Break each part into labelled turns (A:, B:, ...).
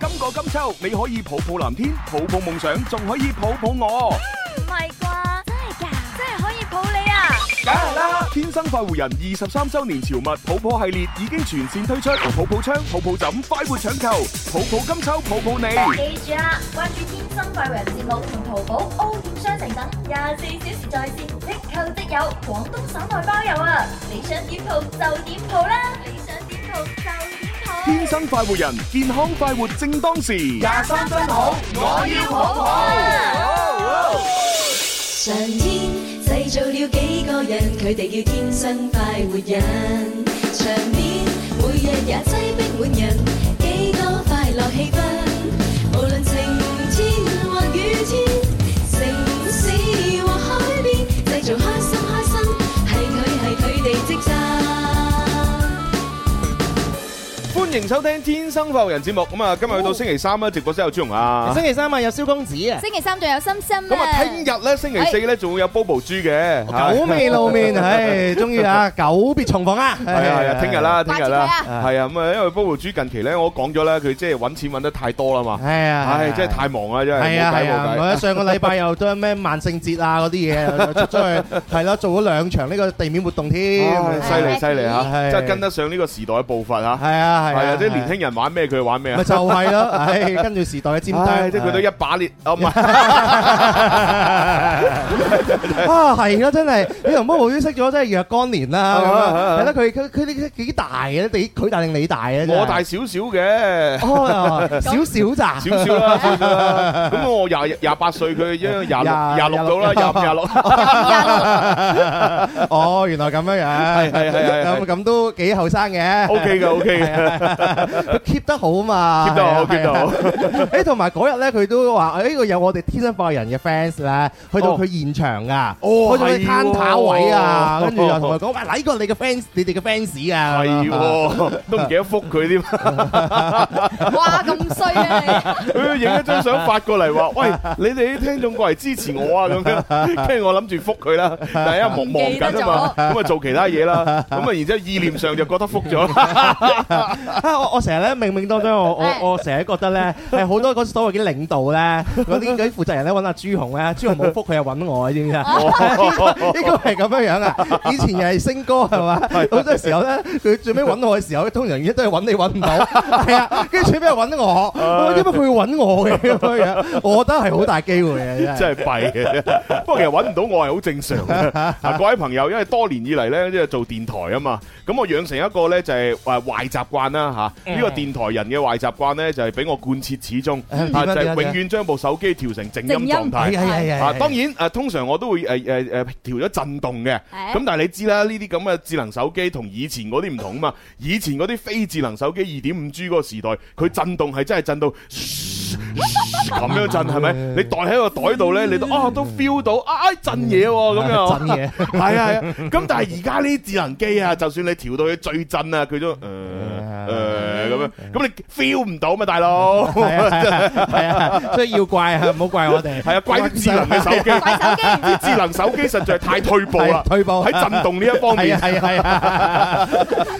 A: 今個金秋你可以抱抱藍天，抱抱夢想，仲可以抱抱我。
B: 唔係啩？真係㗎？真係可以抱你啊！
A: 梗係啦！天生快活人二十三周年潮物抱抱系列已經全線推出，抱抱槍、抱抱枕，快活搶購，抱抱金秋，抱抱你。
B: 記住啦，關注天生快活人節目同淘寶、O 店商城等廿四小時在線，即購即有，廣東省內包郵啊！你想點抱就點抱啦，你想點抱就點抱。
A: 天生快活人，健康快活正當時。
C: 廿三真好，我要好好。
D: 上天製造了幾個人，佢哋叫天生快活人。場面每日也擠逼滿人，幾多快樂氣氛。無論晴天或雨天，城市或海邊，製造開心開心，係佢係佢哋職責。
A: 歡迎收聽《天生快活人》節目。咁啊，今日去到星期三啦，直播室有朱紅啊。
E: 星期三啊，有蕭公子 啊，
F: 星期三仲有心心
A: 咁啊，
F: 啊，
A: 聽日咧星期四咧，仲會有 Bobo 豬嘅
E: 久未露面， 唉，終於啊，久別重逢啊，
A: 係啊係啊，聽日啦，聽日啦
F: 掛，住
E: 佢啊
A: 係啊咁啊，因為 Bobo 豬近期咧，我講咗啦，佢即係揾錢揾得太多啦嘛，
E: 係啊
A: 唉，真係太忙啦，真係
E: 係啊
A: 冇計
E: 係啊，
A: 冇計。
E: 我上個禮拜又都有咩萬聖節啊嗰啲嘢，又出 咗去係咯，做咗兩場呢個地面活動添，
A: 唉犀利犀利嚇，
E: 係
A: 真係跟得上呢個時代嘅步伐嚇。
E: 係啊係
A: 係啊，
E: 啊，
A: 即係年輕人玩咩佢玩咩啊
E: 咪。就係咯，唉，跟住時代嘅尖
A: 唉
E: 端，
A: 即係佢都一把列，啊唔係，
E: 啊，係咯，真係你同 Bobo 識咗真係若干年啦，咁啊係啦，佢佢佢啲幾大嘅，你佢大定你大嘅？
A: 我大少少嘅。
E: 哦，少少咋？
A: 少少啦，少少啦。咁我廿廿八歲，佢已經廿六
E: 廿
A: 廿六到啦，廿五廿六。
E: 哦，原來咁樣樣，係
A: 係係係係
E: 咁咁都幾後生嘅
A: O K 嘅，O K 嘅。
E: 佢 keep 得好嘛
A: keep 得好
E: 係
A: keep 得好
E: 啊係 啊誒，同埋嗰日咧，佢都話誒，呢個有我哋天生快活人嘅 fans 咧，去到佢現場噶，
A: 哦
E: 去到佢攤
A: 係
E: 攤
A: 喎
E: 位啊，跟住又同佢講，喂，嚟個你嘅 fans，你哋嘅 fans 啊，
A: 係喎，都唔記得覆佢添，
F: 哇咁衰啊
A: 佢影一張相發過嚟 話：，喂，你哋啲聽眾過嚟支持我啊咁樣。跟住我諗住覆佢啦，但係一忙忙緊啊嘛，咁啊做其他嘢啦，咁啊然之後意念上就覺得覆咗 啦。
E: 啊！我我成日咧，冥冥當中，我我我成日覺得咧，係好多嗰所謂嘅領導 咧，嗰啲嗰啲負責人咧揾阿朱紅咧，朱紅冇覆佢又揾我，知唔知啊？ 應該係咁樣樣啊！以前又係星哥 係嘛，好多時候咧，佢最尾揾我嘅時候，通常而家都係揾你揾 唔到，係啊，跟住最尾又揾我，我話點解佢會揾我嘅咁樣樣？我覺得係好大機會嘅，
A: 真係
E: 真係。
A: 弊嘅。不過其實揾唔到我係好正常 嘅。啊，各位朋友，因為多年以嚟呢，即係做電台啊嘛，咁我養成一個呢，就係誒壞習慣啦嚇。呢個電台人嘅壞習慣呢，就係俾我貫徹始終，
E: 嗯
A: 啊就
E: 點
A: 係
E: 樣
A: 永
E: 點樣
A: 遠將部手機調成靜音
F: 靜音
A: 狀態
E: 係。係係
A: 啊，
E: 係。
A: 當然誒，通常我都會誒誒誒調咗震動嘅，
F: 係
A: 咁但係你知啦，呢啲咁嘅智能手機同以前嗰啲唔同啊嘛，以前嗰啲非智能手機二點五 G 嗰個時代，佢震動係真係震到咁樣震係咪？你袋喺個袋度咧，你都啊都 feel 到啊哎震嘢喎咁樣，
E: 震嘢
A: 係啊係啊，咁但係而家呢啲智能機啊，就算你調到佢最震啊，佢都誒誒咁樣，咁你 feel 唔到嘛，大佬。
E: 啊係 啊係啊係啊，所以要怪啊，唔好怪我哋。
A: 係啊，怪啲智能嘅手 機，
F: 怪手機
A: 啲智能手機實在太退步啦，
E: 係退步
A: 喺震動呢一方
E: 係啊
A: 面。
E: 係啊係啊，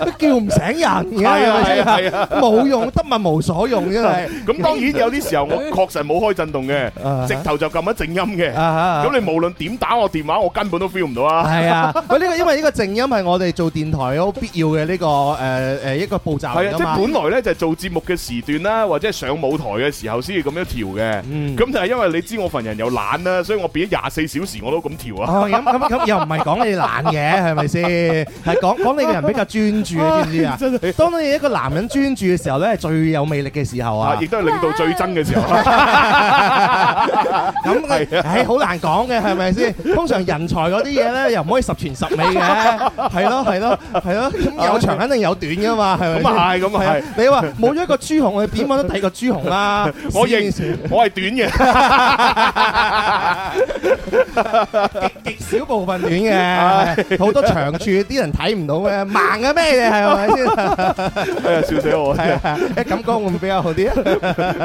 E: 都叫唔醒人嘅，
A: 係啊
E: 係咪
A: 係啊
E: 先
A: 係啊
E: 冇用，得物無所用真係。
A: 咁當然有啲時 候我確實冇開震動嘅
E: 啊，
A: 直頭就撳咗靜音嘅。
E: 啊啊
A: 咁你無論點打我電話，我根本都 feel 唔到啊！
E: 係啊，喂呢個因為呢個靜音係我哋做電台好必要嘅呢個誒誒一個步
A: 係
E: 驟嚟
A: 啊，
E: 㗎
A: 即係
E: 嘛。
A: 本來咧就係做節目嘅時段啦，或者係上舞台嘅時候先至咁樣調嘅。
E: 嗯
A: 咁但係因為你知我份人又懶啦，所以我變咗廿四小時我都咁調啊。
E: 哦，咁咁咁又唔係講你懶嘅，係咪先？係講講你個人比較專注嘅，知唔知啊？真係。當你一個男人專注嘅時候咧，係最有魅力嘅時候啊
A: 啊，亦！都係令到最憎嘅時 候。
E: 咁
A: 係啊
E: 唉，好難講嘅，係咪先？通常人才嗰啲嘢咧，又唔可以十全十 美嘅，係咯，係咯，係咯。咁有長肯定有短噶嘛，係咪先？
A: 咁啊係咁啊係
E: 係你話冇咗一個朱紅，我哋點揾得第二個朱紅啦？
A: 我
E: 市面
A: 認
E: 上
A: 我係短嘅。
E: 極 少部分短嘅，好多長處啲人睇唔到嘅，盲嘅咩你係咪先？
A: 哎呀，笑死我！真 係
E: 係啊，咁講會唔會比較 好啲啊？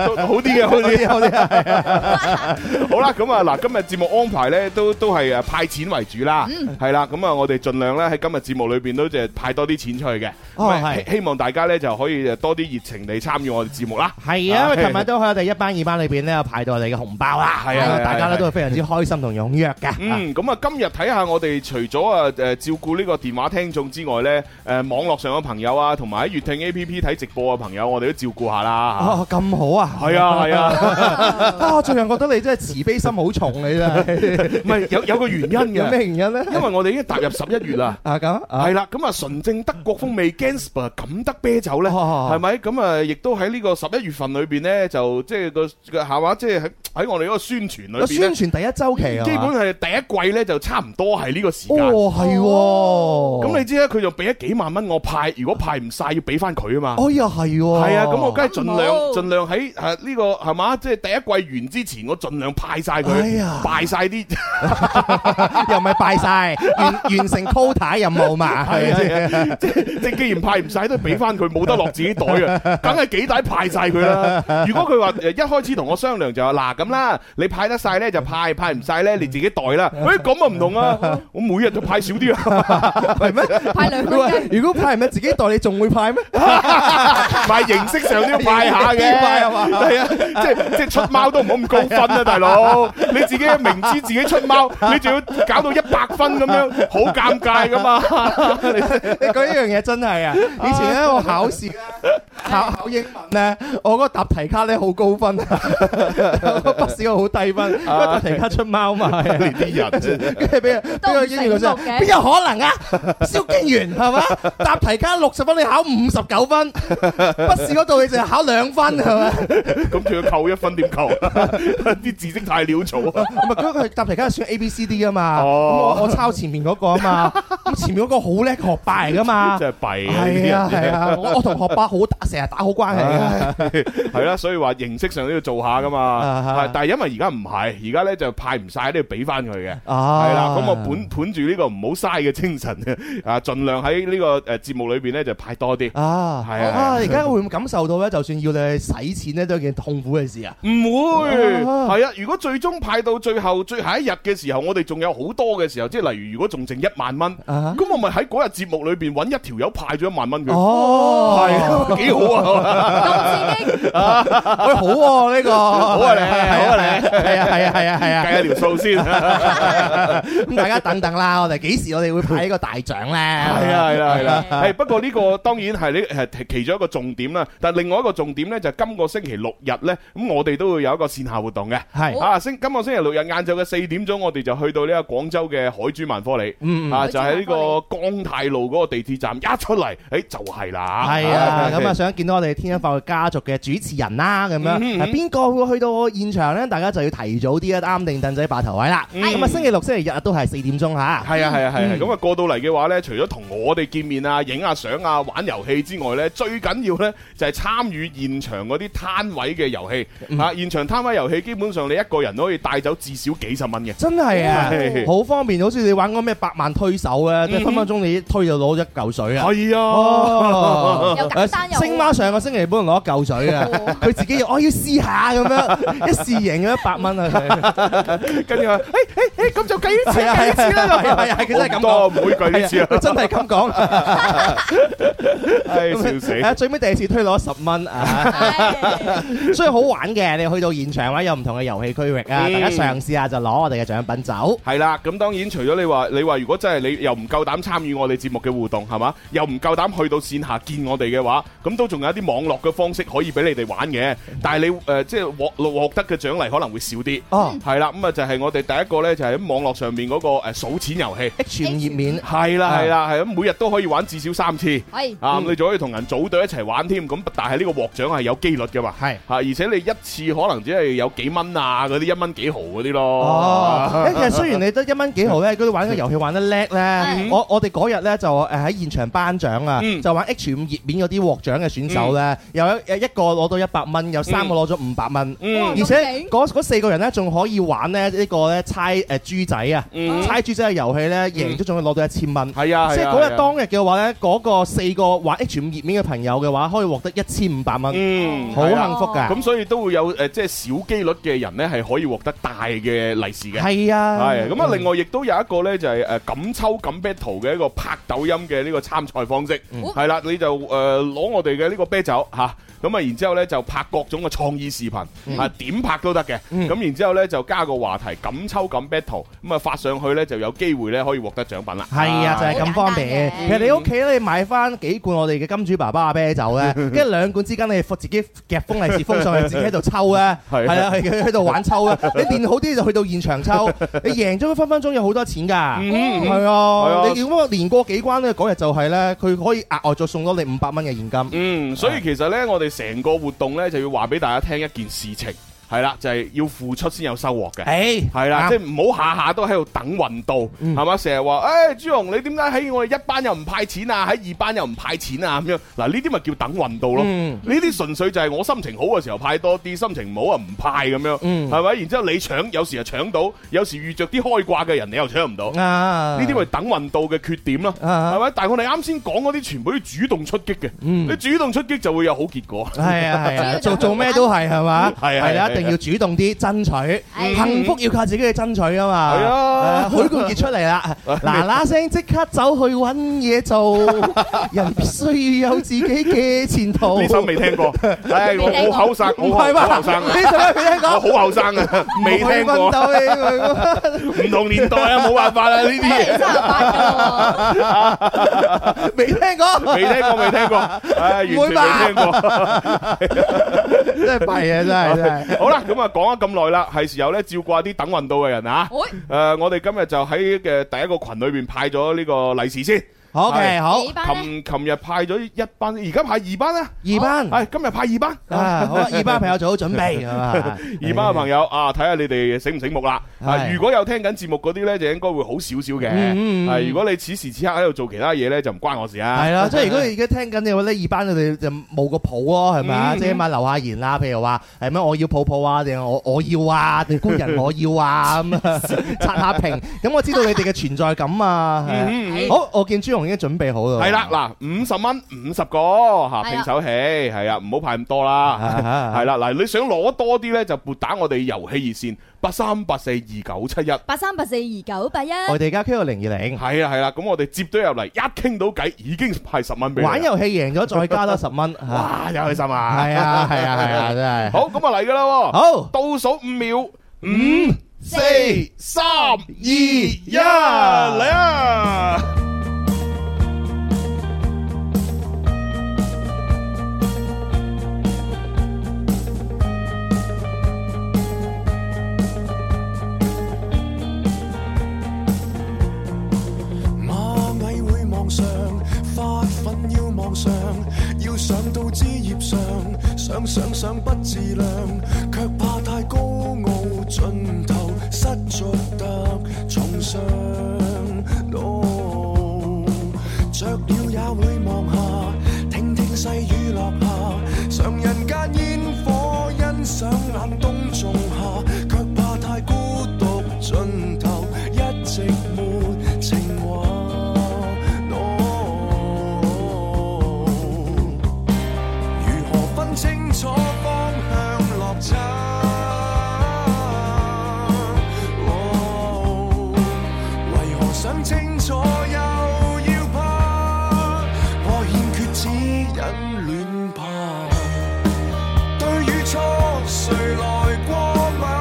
A: 都好啲嘅，好
E: 好
A: 啲
E: 啲，好啲係啊！
A: 好啦，咁啊嗱，今日節目安排咧都都係誒派錢為主啦，係啦，咁啊我哋盡量咧喺今日節目裏邊都就係派多啲錢出去嘅，
E: 哦
A: 咁啊
E: 係
A: 希希望大家咧就可以誒多呃多啲熱情地參與我哋節目啦。
E: 係啊，因為琴日都喺我哋一班二班裏邊咧，有派到我哋嘅紅包啦，
A: 係啊係啊
E: 大家
A: 係啊
E: 咧都係非常之開心同踴躍嘅。
A: 嗯，咁啊，今日睇下我哋除咗啊誒照顧呢個電話聽眾之外呢，誒、網絡上嘅朋友啊，同埋喺粵聽 A P P 睇直播嘅朋友，我哋都照顧下啦。
E: 哦，咁好啊！
A: 係啊係啊，
E: 啊，最近覺得你真係慈悲心好重，你真係
A: 唔係 有有個原因
E: 有
A: 嘅，
E: 咩原因咧？
A: 因為我哋已經踏入十一月啦。
E: 啊咁啊
A: 係啦，咁啊純正德國風 味 Gansper 錦德啤酒呢，
E: 哦
A: 係咪？咁啊，亦都喺呢個十一月份裏邊呢，就即係個個係嘛，即係喺喺我哋嗰個宣傳裏
E: 個
A: 邊呢
E: 哦
A: 嗯
E: 宣，傳第一周期啊，
A: 基本係第一季呢，就差唔多係呢個時間。哦
E: 哦係喎，
A: 咁你知咧，佢就俾咗幾萬蚊我派，如果派唔晒要俾翻佢啊嘛。
E: 哦又哦係喎，
A: 係啊，咁我梗係盡量
F: 唔好
A: 盡量喺誒呢個係嘛，即係第一季完之前，我盡量派晒
E: 哎
A: 佢
E: 呀，
A: 派晒啲
E: 又唔係敗晒，完 完成 quota 任務嘛，係咪先？
A: 係啊， 即係即係既然派唔晒都俾翻佢，冇得落自己袋 啊，梗係幾大派晒佢 啦。如果佢話誒一開始同我商量就話嗱咁啦，你派得晒咧就派，派唔晒咧你自己袋啦。誒咁啊唔同啊，我每日都派少啲 啊。
E: 係咩？
F: 派兩蚊
E: 喂
F: 雞，
E: 如果派唔係自己代，你仲會派咩？
A: 賣形式上都要派下嘅，
E: 派係嘛
A: 係啊，即係即係出貓都唔好咁高分啊，大佬！你自己明知自己出貓，你仲要搞到一百分咁樣，好尷尬噶 嘛！
E: 你講呢樣嘢哎真係啊！以前咧我考試咧考考英文咧，我嗰個答題卡咧好高分，啊 我筆試我好低分，
A: 啊
E: 因為答題卡出貓嘛。係啊
A: 你啲 人
E: 跟住俾人俾個英語老
F: 都
E: 師
F: 唔醒目
E: 話，
F: 嘅
E: 邊有可能啊？蕭敬元係嘛？答題卡六十分，你考五十九分，筆試嗰度你淨係考兩分係嘛？
A: 咁仲要扣一分點扣？ 啲字跡太潦草啊！
E: 唔係嗰個答題卡係選 A、B、C、D 啊嘛。咁
A: 哦
E: 我我抄前面嗰個啊嘛，咁前面嗰個好叻學霸嚟噶嘛。
A: 真係弊啊！呢啲
E: 係
A: 人
E: 啊係啊，我我同學霸好打，成日打好關係
A: 啊
E: 嘅。
A: 係啦，所以話形式上都要做下噶嘛。
E: 啊哈
A: 係但係因為而家唔係，而家咧就派唔晒都要俾翻佢嘅。
E: 啊
A: 係啦，咁我本本住呢個唔好嘥嘅精神啊，盡量喺呢個誒呃節目裏邊咧就派多啲。
E: 啊，
A: 係啊
E: 啊！而家會唔會感受到咧？就算要你去使錢咧，都係件痛苦嘅事啊！
A: 唔會，
E: 啊
A: 係啊！如果最終派到最後最後一日嘅時候，我哋仲有好多嘅時候，即係例如如果仲剩一萬蚊，
E: 啊
A: 咁我咪喺嗰日節目裏邊揾一條友派咗一萬蚊佢，
E: 哦，
A: 係啊幾好 啊！
F: 咁刺激，
E: 喂，好喎呢個，好
A: 啊你好啊你
E: 係啊係啊係啊係啊
A: 計，下條數先，
E: 咁大家等等啦，我哋幾時我哋會派呢個大獎咧？
A: 係
E: 係
A: 啊係啦係啦，係不過呢個當然係呢係其其中一個重點啦，但另外一個重點呢，就係今個星期六日呢，咁我哋都會有一個線下活動嘅。
E: 係
A: 啊，星今個星期六日晏晝嘅四點鐘，我哋就去到呢個廣州嘅海珠萬科里，
E: 嗯
A: 啊，就喺呢個江泰路嗰個地鐵站一出嚟，誒就係啦，
E: 係啊，咁啊想見到我哋天恩發育家族嘅主持人啦，咁樣
A: 嗯嗯嗯
E: 係邊個會去到現場咧？大家就要提早啲啊，啱定凳仔霸頭位啦。咁啊，星期六、星期日都係四點鐘嚇。
A: 係啊係啊係啊，咁啊過到嚟嘅話呢，除咗同我哋見面啊、影下相啊、玩遊戲之外呢，最緊要呢就係參與現場嗰啲攤位嘅遊戲啊！現場攤位遊戲基本上你一個人都可以帶走至少幾十蚊嘅，
E: 真係啊
A: 係，
E: 好方便，好似你玩嗰咩百萬推手咧，即係分分鐘你一推就攞咗一嚿水啊！
A: 係
E: 哦
F: 又簡單又好
E: 星媽上個星期本來攞一嚿水啊，佢自己又我要試下咁樣， 一試贏咗一百蚊啊！佢
A: 跟住話誒誒誒咁就計一次
E: 係啊
A: 計一次啦，
E: 係啊係啊係啊佢真係咁
A: 多
E: 講
A: 唔會計一次
E: 係
A: 啊
E: 啊，佢，真係咁講，
A: 唉笑死
E: 係！啊！最尾第二次推攞十蚊啊！
F: 係
E: 所以好玩嘅，你去到現場咧有唔同嘅遊戲區域啊，
A: 嗯
E: 大家嘗試下就攞我哋嘅獎品走。
A: 係啦，咁當然除咗你話，你話如果真係你又唔夠膽參與我哋節目嘅互動，係嘛？又唔夠膽去到線下見我哋嘅話，咁都仲有一啲網絡嘅方式可以俾你哋玩嘅。但係你誒、呃即係獲獲得嘅獎勵可能會少啲。
E: 哦
A: 係啦，咁啊就係我哋第一個呢，就係喺網絡上面嗰個誒數錢遊戲。
E: ，H 五頁面
A: 係啦，
E: 啊
A: 係啦，係咁，每日都可以玩至少三次。
F: 係
A: 啊，咁你仲可以同人組隊一齊玩添。咁但係呢個獲獎係有機率嘅嘛。
E: 係
A: 嚇，而且你一次可能只係有幾蚊啊，嗰啲一蚊幾毫嗰啲咯。
E: 哦，誒其實雖然你得一蚊幾毫咧，嗰啲玩個遊戲玩得叻咧，
F: 嗯
E: 我我哋嗰日咧就誒喺現場頒獎啊
A: 嗯，
E: 就玩 H 五頁面嗰啲獲獎嘅選手咧，有一有一個攞到一百蚊，有三個攞咗五百蚊，
A: 嗯
E: 而且嗰嗰四個人咧仲可以玩咧呢個咧猜誒豬仔啊，
A: 嗯
E: 猜豬仔嘅遊戲咧贏咗仲可以攞到一千蚊。
A: 係啊，
E: 即係
A: 係啊
E: 嗰
A: 係
E: 日
A: 啊
E: 當日嘅話咧，嗰個四個玩 H 五頁面嘅朋友嘅話，可以獲得一千五百蚊，
A: 嗯，
E: 好
A: 係啦
E: 幸福㗎。
A: 咁所以都會有誒，即係小機率嘅人呢，係可以獲得大嘅利是嘅。
E: 係啊，
A: 係咁啊！另外亦都有一個呢，就係呃
E: 嗯
A: 誒咁抽咁 battle 嘅一個拍抖音嘅呢個參賽方式，係啦，你就誒攞我我哋嘅呢個啤酒吓，咁啊，然之後咧就拍各種嘅創意視頻
E: 嗯
A: 啊，點拍都得嘅。咁然之後咧就加個話題，咁抽咁 battle，咁啊發上去咧就有機會咧可以獲得獎品啦。
E: 係啊，就係咁方便。
F: 好簡單嘅
E: 其實你屋企咧，你買翻幾罐我哋嘅金主爸爸嘅啤酒咧，
A: 嗯
E: 跟住兩罐之間你自己夾封利是封上去，自己喺度 抽咧，
A: 係
E: 係啊，係喺度玩抽咧。你練好啲就去到現 場抽，你贏咗分分鐘有好多錢㗎。
A: 嗯
E: 係
A: 啊
E: 啊，你如果連過幾關咧，嗰日就係咧，佢可以額外再送多你五百蚊嘅現金。
A: 嗯，所
E: 啊
A: 以其實呢，我哋成個活動呢，就要話俾大家聽一件事情，係啦，就係、要付出先有收穫嘅。
E: 誒，
A: 係啦，
E: 哎啱嗯
A: 即係唔好下下都喺度等運到，係嘛？成日話，誒朱紅，你點解喺我哋一班又唔派錢啊？喺二班又唔派錢啊？咁樣嗱，呢啲咪叫等運到咯。
E: 嗯
A: 呢啲純粹就係我心情好嘅時候派多啲，心情唔好啊唔派咁樣，
E: 嗯
A: 係咪？然之後你搶，有時又搶到，有時遇着啲開掛嘅人，你又搶唔到。
E: 啊，
A: 呢啲咪等運到嘅缺點咯，
E: 啊
A: 係咪？但係我哋啱先講嗰啲全部都主動出擊嘅，你主動出擊就會有好結果。
E: 係啊係啊，
F: 主
E: 做
F: 要就係
E: 做咩都係係嘛，
A: 係啊
E: 係
A: 係啊
E: 啊，一定要主動啲爭取，
F: 嗯
E: 幸福要靠自己去爭取啊嘛。
A: 係啊
E: 誒許冠傑出嚟 啦，嗱嗱聲即刻走去揾嘢做，人必須要有自己嘅前途。
A: 呢首未聽 過，唉，我好後生，
E: 唔
A: 我
E: 係
A: 好後
E: 嘛？
A: 生啊
E: 呢，首咩未
A: 我
E: 聽過？
A: 好後生啊，未聽過
E: 去奮。鬥
A: 唔同年代啊，冇辦法啦呢 啲嘢，
E: 你未聽過？
A: 未聽過未聽過，唉，完全
E: 唔會吧
A: 未聽過。
E: 真係弊啊！真係真係。
A: 好啦，咁啊講咗咁耐啦，係時候咧照顧下啲等運到嘅人啊。誒，我哋今日就喺嘅第一個群裏邊派咗呢個利是先。
E: 好嘅，好
A: 琴琴日派咗一班，而家派二班啦。
E: 二班
A: 係今日派二班。
E: 啊， 好啦，二班朋友做好準備係嘛？
A: 二班嘅朋友啊，睇下你哋醒唔醒目啦。啊，
E: 係
A: 如果有聽緊節目嗰啲呢，就應該會好少少嘅。
E: 嗯嗯嗯
A: 啊，如果你此時此刻喺度做其他嘢呢，就唔關我事啊。
E: 係啦，即係如果你而家聽緊嘅話咧，二班你哋就冇個抱咯，係咪啊？
A: 嗯
E: 即係起碼留下言啦，譬如話係咩我要抱抱啊，定係我我要啊，定 官人我要啊咁啊，刷下屏。咁我知道你哋嘅存在感啊。係啊
A: 嗯嗯嗯
E: 好，我見朱紅已經準備好啦。
A: 系啦，嗱，五十蚊五十個吓，
F: 係啊
A: 拼手氣係啊，唔好派咁多 啦。
E: 啊
A: 係啦，嗱，你想攞多啲咧，就撥打我哋遊戲熱線八三八四二九七一。
E: 我哋而家 Q 到零二零，
A: 係啦係啦，咁我哋接咗入嚟，一傾到偈已經派十蚊俾你啦。
E: 玩遊戲贏咗再加多十蚊。係
A: 哇，真係開心啊！
E: 啊，係啊，係啊，真係。
A: 好，咁啊嚟噶啦喎，
E: 好
A: 倒數五秒，五、四、三、二、一，嚟啊！
G: 蚂蚁会望上，花粉要望上，要上到枝葉上，想想想不自量，卻怕太高傲，盡頭失足得重傷。No，雀鳥也會望下，聽聽細雨落下，常人間煙火欣賞冷冬仲夏，卻怕太孤獨，盡頭一直沒情話。No。如何分清楚方向落差？哦為何想清楚又要怕？我欠缺指引亂拍。對與錯，誰來過問？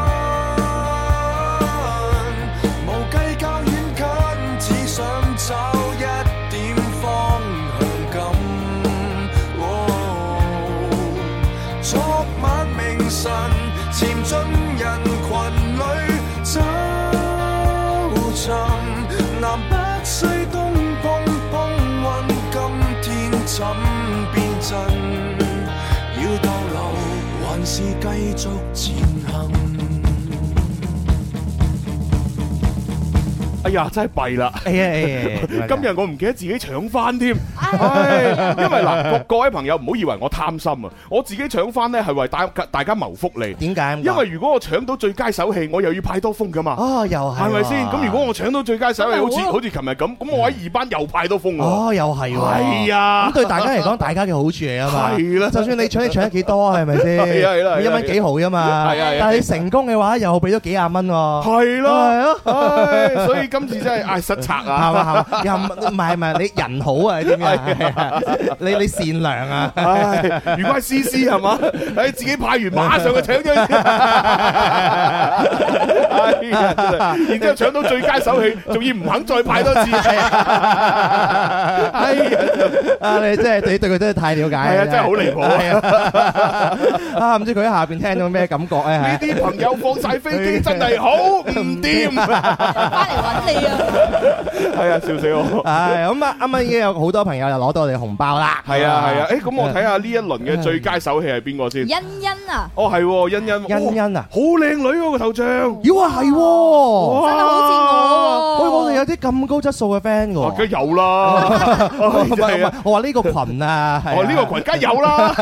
G: 無計較遠近，只想找一點方向感。哦昨晚明晨，潛進人群裏找尋，南北西東碰碰運，今天怎變陣？要逗留，還是繼續前行？
A: 哎呀，真係弊啦！
E: 哎呀哎呀，哎呀
A: 今日我唔記得自己搶翻添，唉因為嗱，各各位朋友唔好以為我貪心啊，我自己搶翻呢係為大大家謀福利，
E: 點解咁講？
A: 因為如果我搶到最佳手氣，我又要派多封噶嘛。
E: 哦，又係
A: 係咪先？
E: 喎
A: 咁如果我搶到最佳手氣，好
F: 咁咪
A: 似
F: 好
A: 好似琴日咁，咁我喺二班又派到封喎。
E: 哦，又係喎，
A: 係啊
E: 咁對大家嚟講，大家嘅好處嚟啊嘛。
A: 係啦
E: 就算你搶，你搶得幾多係咪先？
A: 係啊係啦係啦
E: 一蚊幾毫啫嘛。
A: 係啊係啊
E: 但係你成功嘅話，又俾咗幾廿蚊喎。
A: 係
E: 係
A: 咯
E: 咯，
A: 唉所以今次真係唉失策
E: 係
A: 啊！
E: 嘛係嘛？又唔唔係唔係你人好啊？你點樣？ 你你善良啊！
A: 唉，如果係 C C 係嘛，唉，自己派完馬上就搶咗，哎呀真係然之後搶到最佳手氣，仲要唔肯再派多次，哎呀，
E: 啊！你真係你對佢真係太了解
A: 係
E: 啦，
A: 啊，真係好離譜啊！
E: 係 啊！啊，唔知佢喺下邊聽到咩感覺咧？
A: 呢
E: 係
A: 啲朋友放晒飛機真係好唔掂，
F: 翻嚟揾你啊！
A: 係啊，笑死我！
E: 唉，咁啊，啱啱已經有好多朋友就攞到我哋紅包啦。
A: 係啊係啊，誒咁我睇下呢一輪嘅最佳手氣係邊個先？
F: 欣欣啊，
A: 哦係喎，欣欣，
E: 欣欣啊
A: 哦好靚女喎個頭像，
E: 妖啊，係喎！
F: 真係好似我喎。
E: 喂，我哋有啲咁高質素嘅 friend
A: 哦
E: 㗎
A: 梗有啦，
E: 喎， 唔係唔
A: 係啊
E: 係，我話呢個群啊，係啊
A: 哦，呢個群梗係有啦，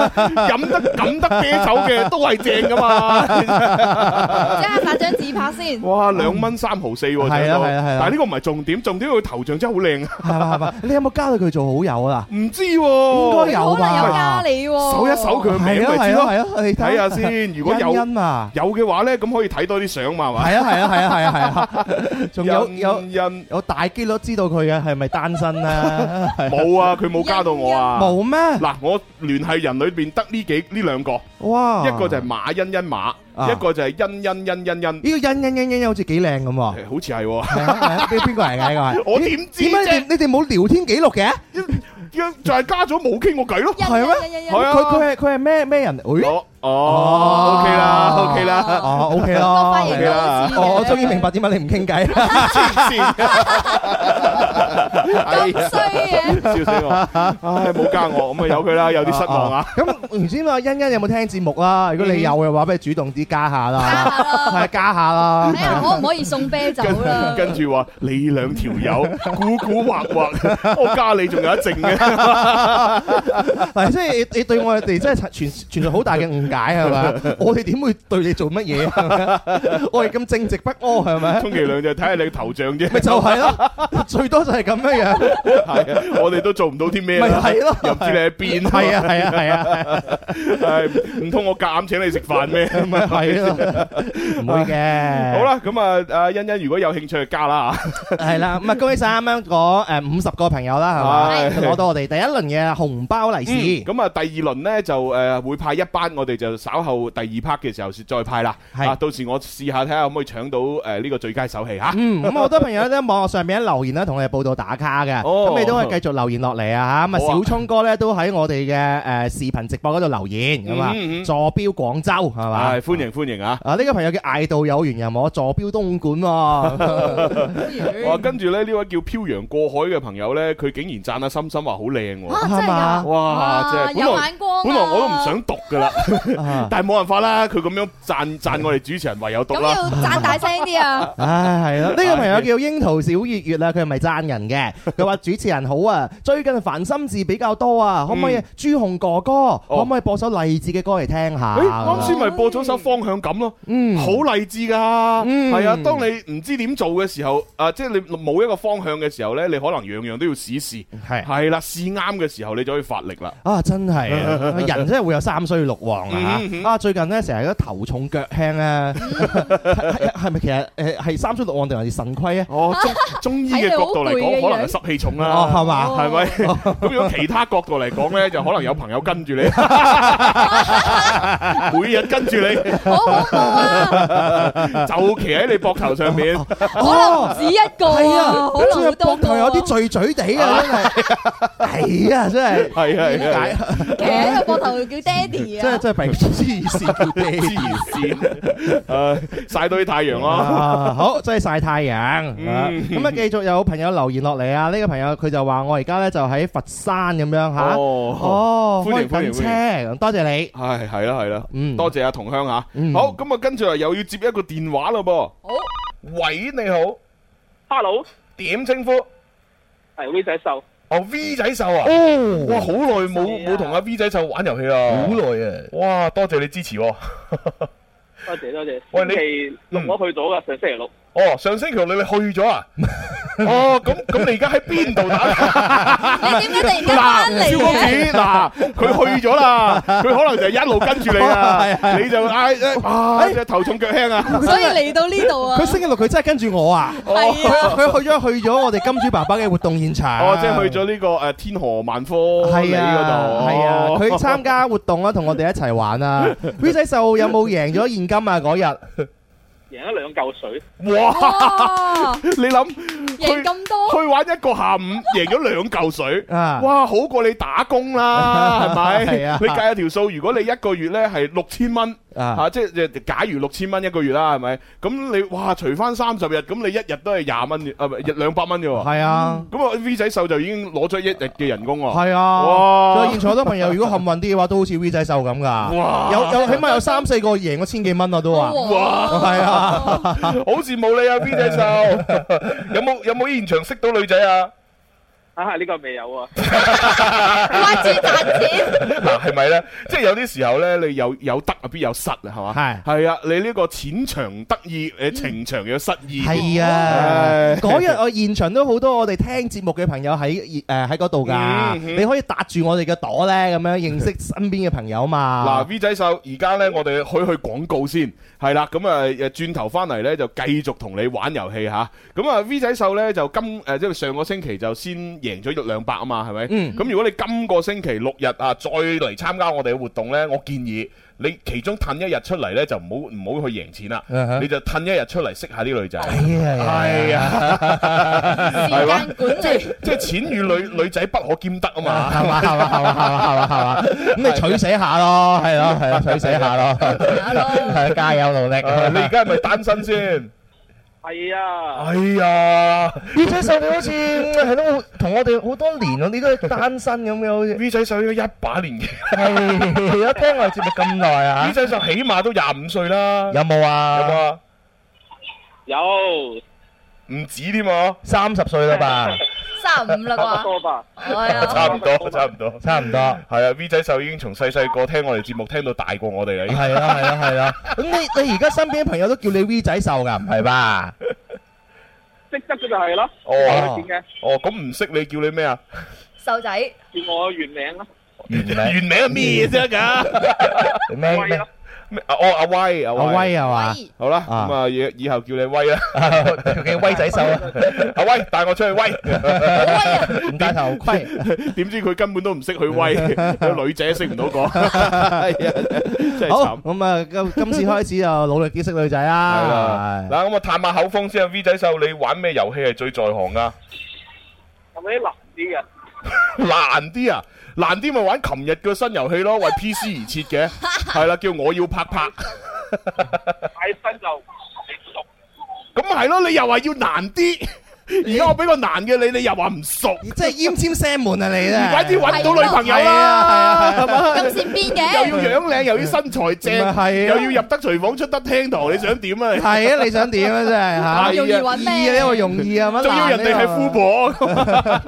A: 飲得飲得啤酒嘅都係正噶嘛。
F: 即刻發張自拍先。
A: 哇，兩蚊三毫四喎，
E: 係啊
A: 上到
E: 係啊係啊
A: 但係呢個唔係重點，重點佢頭像真係好靚啊！
E: 係嘛係嘛，你有冇加到佢做好友啊？
A: 唔知喎，
E: 應該有
F: 可能有
E: 吧
F: 加你喎。
A: 搜一搜佢嘅
E: 係
A: 名
E: 啊
A: 咪
E: 係
A: 知
E: 啊
A: 咯。
E: 係啊，你
A: 睇下先，如果有
E: 欣 欣啊，
A: 有嘅話咧，咁可以睇多啲相嘛，係嘛？
E: 係啊係啊係啊 係啊係啊，仲有有
A: 印印
E: 有大機率知道佢嘅係咪單身 啊？
A: 冇啊，佢冇加到我啊。
E: 冇咩？
A: 嗱，我聯繫人裏邊得呢幾呢兩個，
E: 哇！
A: 一個就係馬欣欣馬，
E: 啊
A: 一個就係欣欣欣欣欣，
E: 呢個欣欣欣欣欣好似幾靚 咁喎。
A: 誒好似係喎。
E: 係啊係啊邊邊個嚟㗎？呢個係
A: 我點知
E: 點解
A: 啫？
E: 你你哋冇聊天記錄嘅？
A: 就係加咗冇傾過偈咯。
D: Dạ,
F: 欣
E: 係咩
F: 欣欣欣
A: 係啊
E: 佢佢係佢係咩咩人？誒
A: 哦哦，OK 啦，OK 啦，
E: 哦，OK
F: 個
E: 咯
F: 髮。型
A: OK
F: 都
A: 啦
F: 好似嘅
E: 哦，我終於明白點解你唔傾偈。
A: 黐線，哎呀
F: 咁衰嘅。
A: 笑死我！唉，冇加我，咁啊由佢啦，有啲失望啊。！
E: 哦咁唔知嘛，欣欣有冇聽節目啦？如果你有嘅話，不如主動啲加下
F: 加
E: 啦，
F: 下啦
E: 係加下啦
F: 睇。下可唔可以送啤酒啦？
A: 跟住話你兩條友古古惑 惑，我加你仲有一剩嘅，
E: 嗱，即係你你對我哋真係存存在好大嘅誤解係咪？ 我哋點會對你做乜嘢 啊？我哋咁正直不阿係咪？
A: 充其量就睇下你頭像啫。
E: 咪就係咯，最多就係咁樣樣。
A: 係啊，我哋都做唔到啲咩啦。
E: 咪係咯
A: 又唔知你喺邊。
E: 係啊係啊係啊，
A: 唉，唔通我夾硬請你食飯 咩？
E: 咪係咯，唔會嘅。
A: 好，啦，咁啊，阿欣欣如果有興趣就加啦啊
E: 係啦，咁啊恭喜晒啱啱嗰誒五十個朋友啦，係
A: 係
E: 嘛？攞到 我哋第一輪嘅紅包利
A: 嗯
E: 是。
A: 咁啊，第二輪呢，就誒會派一班，我哋就稍後第二 part 嘅時候再派啦。
E: 係
A: 啊，到時我試下睇下可唔可以搶到誒呢個最佳手氣嚇。
E: 嗯，咁好多朋友咧喺網絡上面留言啦，同我哋報道打卡嘅，
A: 哦
E: 咁你都可以繼續留言落嚟啊嚇。咁啊，
A: 好啊
E: 小聰哥咧都喺我哋嘅誒視頻直播嗰度留言咁啊
A: 嗯嗯，
E: 坐標廣州係嘛？
A: 係歡迎歡迎啊！
E: 啊，呢個朋友叫嗌到有緣人喎，坐標 東莞喎，
D: 啊
A: 哇，跟住咧呢位叫漂洋過海嘅朋友呢，佢竟然讚阿心心話好靚喎。
F: 啊，真係㗎
E: 嘛？
D: Ờ,
A: 哇！真係本
F: 有
A: 來
F: 眼光啊
A: 本
D: à.
A: 來我都唔想讀噶啦，
E: 啊
A: 但係冇辦法啦，佢咁樣讚讚我哋主持人唯有讀
F: 咁
A: 啦。
F: 要讚大聲 啲啊！
E: 唉，係咯，呢個朋友叫櫻桃小月月啦，佢唔係讚人嘅，佢話主持人好啊，最近煩心事比較多啊，可唔可以
A: 嗯
E: 朱紅哥哥，可唔可以播首勵志嘅歌嚟聽下？
A: 誒，啱先咪播咗首方向感咯，
E: 嗯
A: 好勵志噶，
E: 嗯
A: 係啊。當你唔知點做嘅時候，啊，即係你冇一個方向嘅時候呢，你可能樣樣都要試試。
E: 係
A: 係啦，試啱嘅時候你就可以發力啦。
E: 啊，真係啊！人真係會有三衰六旺啊！
A: 嗯嗯嗯嗯
E: 啊，最近咧成日都頭重啊腳輕咧， 係係咪其實誒係三衰六旺定還是腎虧啊？
A: 哦，中中醫嘅角度嚟
F: 睇你
A: 講，
F: 好攰嘅
A: 可能係濕氣重
E: 哦，係
A: 啦，
E: 嘛？
A: 係咪？咁如果其他角度嚟講呢，就可能有朋友跟住 你，每日跟住你，
F: 好恐怖啊！
A: 就騎喺你膊頭上面。
F: 可能唔止一
A: 哦
F: 個
E: 係
F: 啊，可能
E: 仲有
F: 好多
E: 膊
F: 個
E: 頭
F: 啊。
E: 有啲聚聚地啊，真係，係啊，真係。
A: 係係係。
F: 騎喺個膊頭叫爹哋
E: 真係
F: 啊！
E: 真係被黐線
A: 黐
E: 地
A: 線，誒曬到啲太陽咯。
E: 啊！好，真係晒太陽。啊
A: 嗯
E: 咁啊，繼續有朋友留言落嚟啊！呢個朋友佢就話：我而家咧就喺佛山咁樣嚇。
A: 哦，
E: 哦，
A: 歡
E: 開
A: 迎歡迎
E: 緊車，嗯多謝你。
A: 係係啦係啦，
E: 嗯，
A: 多謝阿同鄉嚇。
E: 嗯
A: 好，咁啊跟住嚟又要接一個電話嘞噃。
F: 好，
A: 喂，你好，
H: Hello，
A: 點稱呼？
H: 係 V 仔秀，
A: 哦，V 仔獸啊！
E: 哦
A: 哇，好耐冇
H: 係啊
A: 冇同阿 V 仔獸玩遊戲啦。好耐啊！哇，多謝你支持喎。
H: 多謝多謝。
A: 喂你嗯
H: 星期六我去到噶，上星期六。
A: 哦，上星期六你你去咗 啊？哦，咁咁你而家喺邊度打卡？
F: 你點解突然間翻嚟
A: 蕭公子
F: 嘅？
A: 嗱，佢去咗啦，佢可能就一路跟住你
E: 哦係
A: 啊，
E: 係
A: 你就唉唉，哇，
E: 哎
A: 真係頭重腳輕啊！
F: 所以嚟到呢度啊
E: 佢，星期六佢真係跟住我啊！
A: 哦
F: 係啊，
E: 佢佢去咗去咗我哋金主爸爸嘅活動現場。
A: 哦，即係去咗呢個誒天河萬科里
E: 係
A: 嗰
E: 啊，
A: 度，哦
E: 係啊，佢參加活動啦，同我哋一齊玩啊。V 仔秀有冇贏咗現金啊？嗰日
H: 贏咗兩嚿水，
A: 哇！
D: Ờ,
F: 哇，
A: 你諗
F: 贏
A: 去
F: 咁多，
A: 去玩一個下午，贏咗兩嚿水。
E: 啊，
A: 哇，好過你打工 啦，係咪？
E: 係啊
A: 你計下條數，如果你一個月呢係六千蚊，
E: 啊
A: 嚇，即係假如六千蚊一個月啦，係咪？咁你哇，除翻三十日，咁你一日都係廿蚊，啊唔係兩百蚊啫喎。
E: 係啊，
A: 咁啊，V 仔秀就已經攞咗一日嘅人工喎。
E: 係啊。
A: 哇
E: 仲有現場好多朋友，如果幸運啲嘅話，都好似 V 仔秀咁㗎。
A: 哇！
E: 有有起碼有三四個贏咗千幾蚊啊，都話。
F: 哇，
E: 係啊，
A: 好羨慕你啊，V 仔秀。有冇有冇現場識到女仔啊？
H: 啊呢個未有啊，
F: 挖豬賺錢，
A: 嗱，係咪咧？即係有啲時候咧，你有有得啊，必有失啊，係嘛？
E: 係嗯
A: 係啊，你呢個淺場得意，誒情場有失意。
E: 係啊！嗰日我現場都好多我哋聽節目嘅朋友喺誒喺嗰度㗎，
A: 嗯嗯
E: 你可以搭住我哋嘅朵咧，咁樣認識身邊嘅朋友
A: 嗱
E: 嘛。
A: ，V 仔秀，而家呢，我哋去去廣告先，係啦，咁啊，誒轉頭翻嚟呢，就繼續同你玩遊戲吓。咁啊，V 仔秀呢，就今誒即係上個星期就先贏咗一兩百啊嘛，係咪？
E: 嗯
A: 咁如果你今個星期六日啊再嚟參加我哋嘅活動呢，我建議你其中褪一日出嚟呢，就唔好唔好去贏錢啦
E: 嗯哼
A: 你就褪一日出嚟識下啲女仔。
E: 係
A: 係
E: 啊，
A: 啊，係嘛
F: 時間管理。
A: 即係錢與女女仔不可兼得啊嘛。
E: 係嘛係嘛係嘛係嘛係嘛，咁你取捨下咯，係咯係咯，取捨下咯，係加油努力。
A: 啊你而家係咪單 身先？
H: 係啊，
A: 哎呀！
E: V 仔秀你好似係咯，同我哋好多年，你都單身咁樣，好似
A: V 仔秀應該一把年紀
E: 係啊，聽我哋節目咁耐
A: ，V
E: 啊，
A: 仔秀起碼都廿五歲啦，
E: 有冇
A: 有冇
E: 啊？
A: 啊？
H: 有
A: 唔止添啊，
E: 三十歲啦吧，
F: 三十五啦
H: 差唔
F: 啩，
H: 多吧，
F: 係
B: à,
F: 啊，
A: 差唔多，差唔多。
E: 差唔多。
A: 係啊，V 仔秀已經從細細個聽我哋節目聽到大過我哋啦已經。
E: 係啦係啦係啦，咁你你而家身邊嘅朋友都叫你 V 仔秀㗎，唔係吧？
H: 識得嘅就係咯，
A: 哦
H: 點
A: 哦，咁唔識你叫你咩啊？
F: 瘦仔，
H: 嘅叫我原名咯，
E: 原名
A: 原名係咩啫 㗎？
E: 咩
H: 威
E: 咩
H: 咯，
A: 咩啊哦，阿威，阿
E: 阿威
A: 威。
E: 係嘛？
F: 喂，
A: 好啦，
E: 啊
A: 咁啊，以以後叫你威啦。
E: 叫威仔秀啊，
A: 阿威帶我出去威，
F: 好威啊！
E: 唔戴頭盔。
A: 點知佢根本都唔識去威，女仔識唔到講，係啊，真係
E: 好，
A: 慘。
E: 咁啊，今今次開始就努力啲識女仔
A: 係啦
E: 啦。，
A: 嗱咁我探下口風先啊，V 仔秀，你玩咩遊戲係最在行啊噶？
H: 有冇啲難啲嘅？
A: 難啲啊，難啲咪玩琴日嘅新遊戲咯，為 PC 而設嘅，係啦，叫我要拍拍，
H: 太新就你熟，
A: 咁係咯，你又話要難啲，而家我俾個難嘅你，你又話唔熟，
E: 即係奄尖聲門啊！你咧，
A: 快啲揾到女朋友
E: 啊
A: 啦， 係嘛？
F: 咁善變
A: 又
F: 嘅，
A: 要 樣靚，又要身材
E: 咪
A: 正，
E: 係啊
A: 又要入得廚房出得廳 堂，你想點啊你？
E: 係啊！你想點啊？真係
A: 係啊
E: 嚇，
F: 容易揾
E: 易呢個
F: 咩？
E: 容易啊，乜
A: 仲要人哋係富
E: 婆，
A: 婆，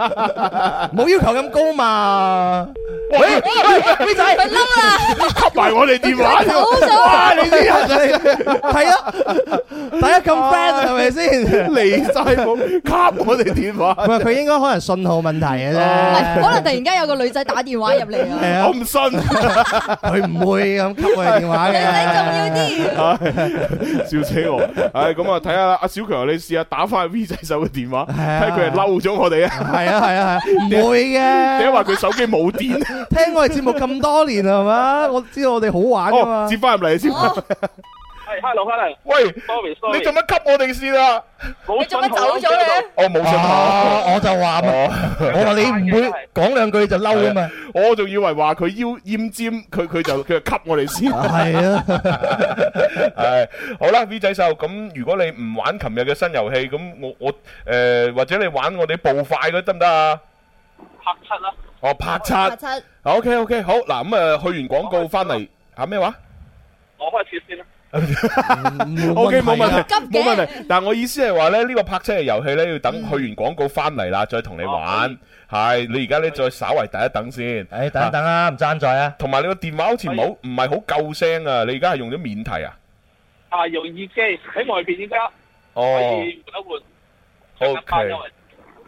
E: 冇要求咁高 嘛。
A: 喂，
E: 威仔，
F: 佢嬲啦，
A: 吸埋我哋電 話，
F: 走咗
A: 哇！你啲人。
E: 係啊，大家咁 friend 係咪先？
A: 離晒譜，卡我哋電 話，
E: 喂，佢應該可能信號問題嘅
F: 唔係
E: 啫。
F: 可能突然間有個女仔打電話入嚟啊！
E: 係啊
A: 我 唔信，
E: 佢唔會咁扱我哋電話
F: 女
E: 嘅。
F: 仔重要啲，
A: 笑死我！唉，咁啊，睇下阿小強，你試下打翻 V 仔手嘅電話，
E: 係啊
A: 睇佢係嬲咗我哋啊，
E: 係啊係啊係，唔會
A: 定係
E: 嘅。
A: 話佢手機冇 電？
E: 聽我哋節目咁多年 係嘛，我知道我哋好玩噶
A: 哦
E: 嘛，
A: 接。翻入嚟先。
F: 哦
H: 係 hello，hello，sorry
A: 喂，
H: sorry，
A: 你做乜吸我哋先啊？
H: 冇
F: 你做乜
H: 信號
F: 走
H: 啊
F: 咗咧？
A: 我冇信
E: 啊
A: 號，
E: 我就話嘛，
A: 哦
E: 我話你唔會講兩句就嬲啊嘛。
A: 我仲以為話佢腰奄尖，佢佢就佢就吸我哋先。
E: 係啊，
A: 係好啦，V 仔秀，咁如果你唔玩琴日嘅新遊戲，咁我我誒或者你玩我哋步快嗰得唔得啊？
H: 拍七啦，
A: 哦，拍七。
F: 八七。
A: O K O K，好嗱，咁啊去完廣告翻嚟嚇咩話
H: 我開始先啦，
A: ？O K 冇問
E: 啊
A: 題
F: 急，嘅
A: 冇問題。但係我意思係話咧，呢個拍車嘅遊戲咧，要等去完廣告翻嚟啦，再同你玩。係你而家咧再稍為等一等先。
E: 誒，等一等啊，唔爭在啊。
A: 同埋你個電話好似唔好唔係好夠聲啊！你而家係用咗免提啊？
H: 啊用耳機喺外邊依家，可
A: 哦
H: 以換一換，
A: ，O
H: 更加
A: K
H: 優。惠。
A: 哦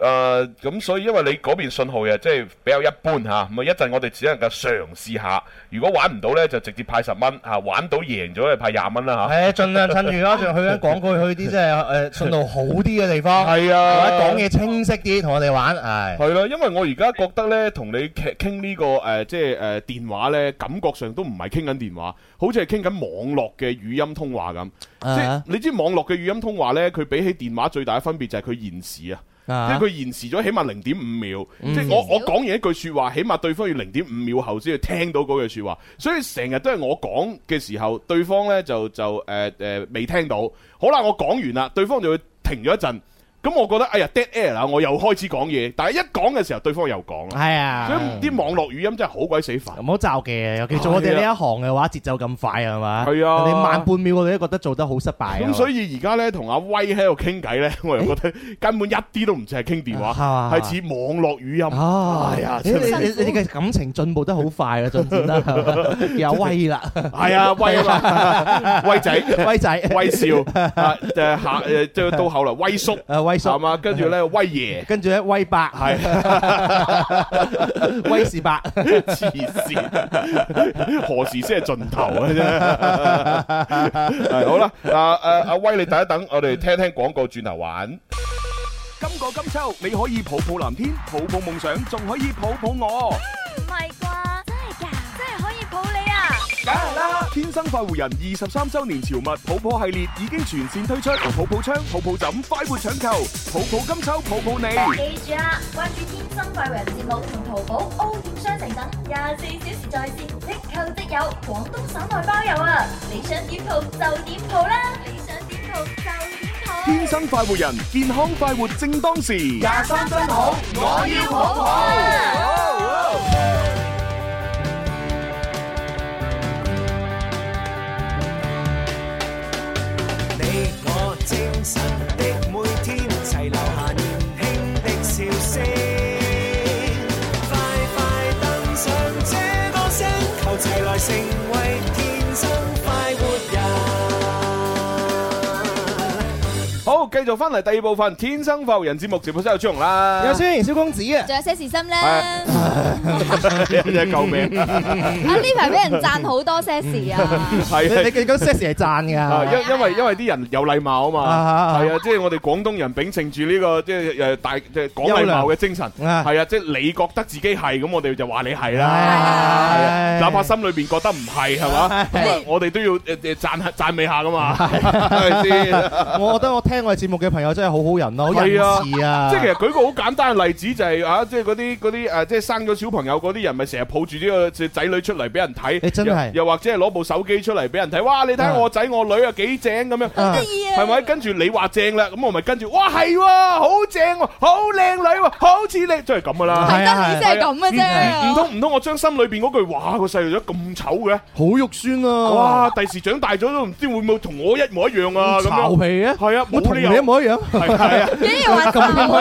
A: 誒咁所以因為你嗰邊信號又即係比較一般嚇，咁啊一陣我哋只能夠嘗試下，如果玩唔到呢，就直接派十蚊嚇，玩到贏咗就派廿蚊啦嚇。
E: 係盡量趁住啦，仲去緊廣告，去 啲即係誒信號好啲嘅地方，
A: 係啊
E: 或者講嘢清晰啲，同我哋玩，係
A: 係啦，因為我而家覺得呢，同你傾傾呢個誒、呃即係誒、呃、電話呢，感覺上都唔係傾緊電話，好似係傾緊網絡嘅語音通話咁。即係
E: 啊
A: 你知網絡嘅語音通話呢，佢比起電話最大嘅分別就係佢延時啊。即係佢延時咗起碼零點五秒，
E: 嗯
A: 即係我我講完一句説話，起碼對方要零點五秒後先去聽到嗰句説話，所以成日都係我講嘅時候，對方呢就就誒誒、呃呃未聽到。好啦，我講完啦，對方就會停咗一陣，咁我覺得哎呀 dead air 啦，我又開始講嘢，但係一講嘅時候對方又講啦，
E: 係
A: 所以
E: 啊。
A: 啲網絡語音真係好鬼死煩。
E: 唔好罩忌啊！尤其做我哋呢一行嘅話，節奏咁快係嘛？
A: 係啊
E: 你慢半秒我哋都覺得做得好失敗。啊
A: 咁所
E: 以
A: 以而家呢，同阿威喺度傾偈呢， 我又覺得根本一啲都唔似係傾電
E: 啊係嘛
A: 話，係似網絡語音。
E: 啊，
A: 哎呀
E: 你
A: 真係
E: 你你哋嘅感情進步得好快啊，進展 得係嘛有威啦，
A: 係啊，威啊嘛， 威仔。
E: 威仔，
A: 威 少啊，誒下誒，即到後來威叔
E: 誒啊威
A: 係
E: 叔，
A: 嘛，跟住咧威爺
E: 跟住咧威伯，
A: 啊係
E: 威士伯，
A: 黐線，何時先係盡頭啊？啫，係好啦，啊啊阿威，你等一等，我哋聽聽廣告，轉頭玩。今個金秋你可以抱抱藍天，抱抱夢想，仲可以抱抱我。
B: 唔係啩？真係㗎，真係可以抱你啊！
A: 梗係啦！天生快活人二十三周年潮物抱抱系列已經全線推出，抱抱槍、抱抱枕，快活搶購，抱抱金秋，抱抱你。
B: 記哎住啦，關注天生快活人節目同淘寶、O 店商城等廿四小時在線，即購即有，廣東省內包郵啊！你想點淘就點淘啦，你想點淘就點淘。
A: 天生快活人，健康快活正當時。
C: 廿三真好，我要好好。
A: 啊
G: 你我精神的每天，齊留下年輕的笑聲。快快登上這歌聲，求齊來成為天生快活人。
A: 好，繼續翻嚟第二部分《天生快活人》節目，直播室有朱紅啦，
E: 有蕭炎小公子啊！
F: 仲有些時心咧，
A: 係
F: 啊
A: 真係救 命！
F: 呢排俾人讚好多些時啊，
E: 你
A: 係
E: 你你嗰 s e x 係讚
A: 啊，
E: 㗎，
A: 因因為因為啲人有禮貌啊
E: 啊啊
A: 嘛，
E: 啊
A: 係啊，即係我哋廣東人秉承住呢個即係誒大即係講禮貌嘅精神，
E: 優良啊
A: 係啊，即係你覺得自己係咁，我哋就話你係啦。係啊
E: 唉
A: 哪怕心裏邊覺得唔係，係嘛？咁啊我哋都要誒誒讚下讚美下噶嘛，
E: 啊
A: 係咪先？
E: 我覺得我聽我哋節目嘅朋友真係好好人咯，好仁慈啊！
A: 即係其實舉個好簡單嘅例子就係啊，即係嗰啲嗰啲誒，即係生咗小朋友嗰啲人，咪成日抱住呢個仔女出嚟俾人睇，
E: 你真係
A: 又又或者係攞部手機出嚟俾人睇，哇！你睇下
E: 啊
A: 我仔我女啊幾正咁樣。
E: 啊
F: 得意啊，
A: 係咪？跟住你話正啦，咁我咪跟住，哇係喎，好正喎，好靚女喎，好似你，即係咁噶啦。啊
F: 係得你先係咁嘅啫，
A: 唔通唔通，我將心裏邊嗰句，哇個細路仔咁醜嘅，
E: 好肉酸啊！
A: 哇！第時長大咗都唔知會唔會同我一模一樣啊？咁
E: 巢
A: 樣
E: 皮嘅，
A: 係啊，
E: 我
A: 冇
E: 同
A: 理
E: 你一
A: 由。
E: 模一樣。
A: 係係啊。
F: 竟然話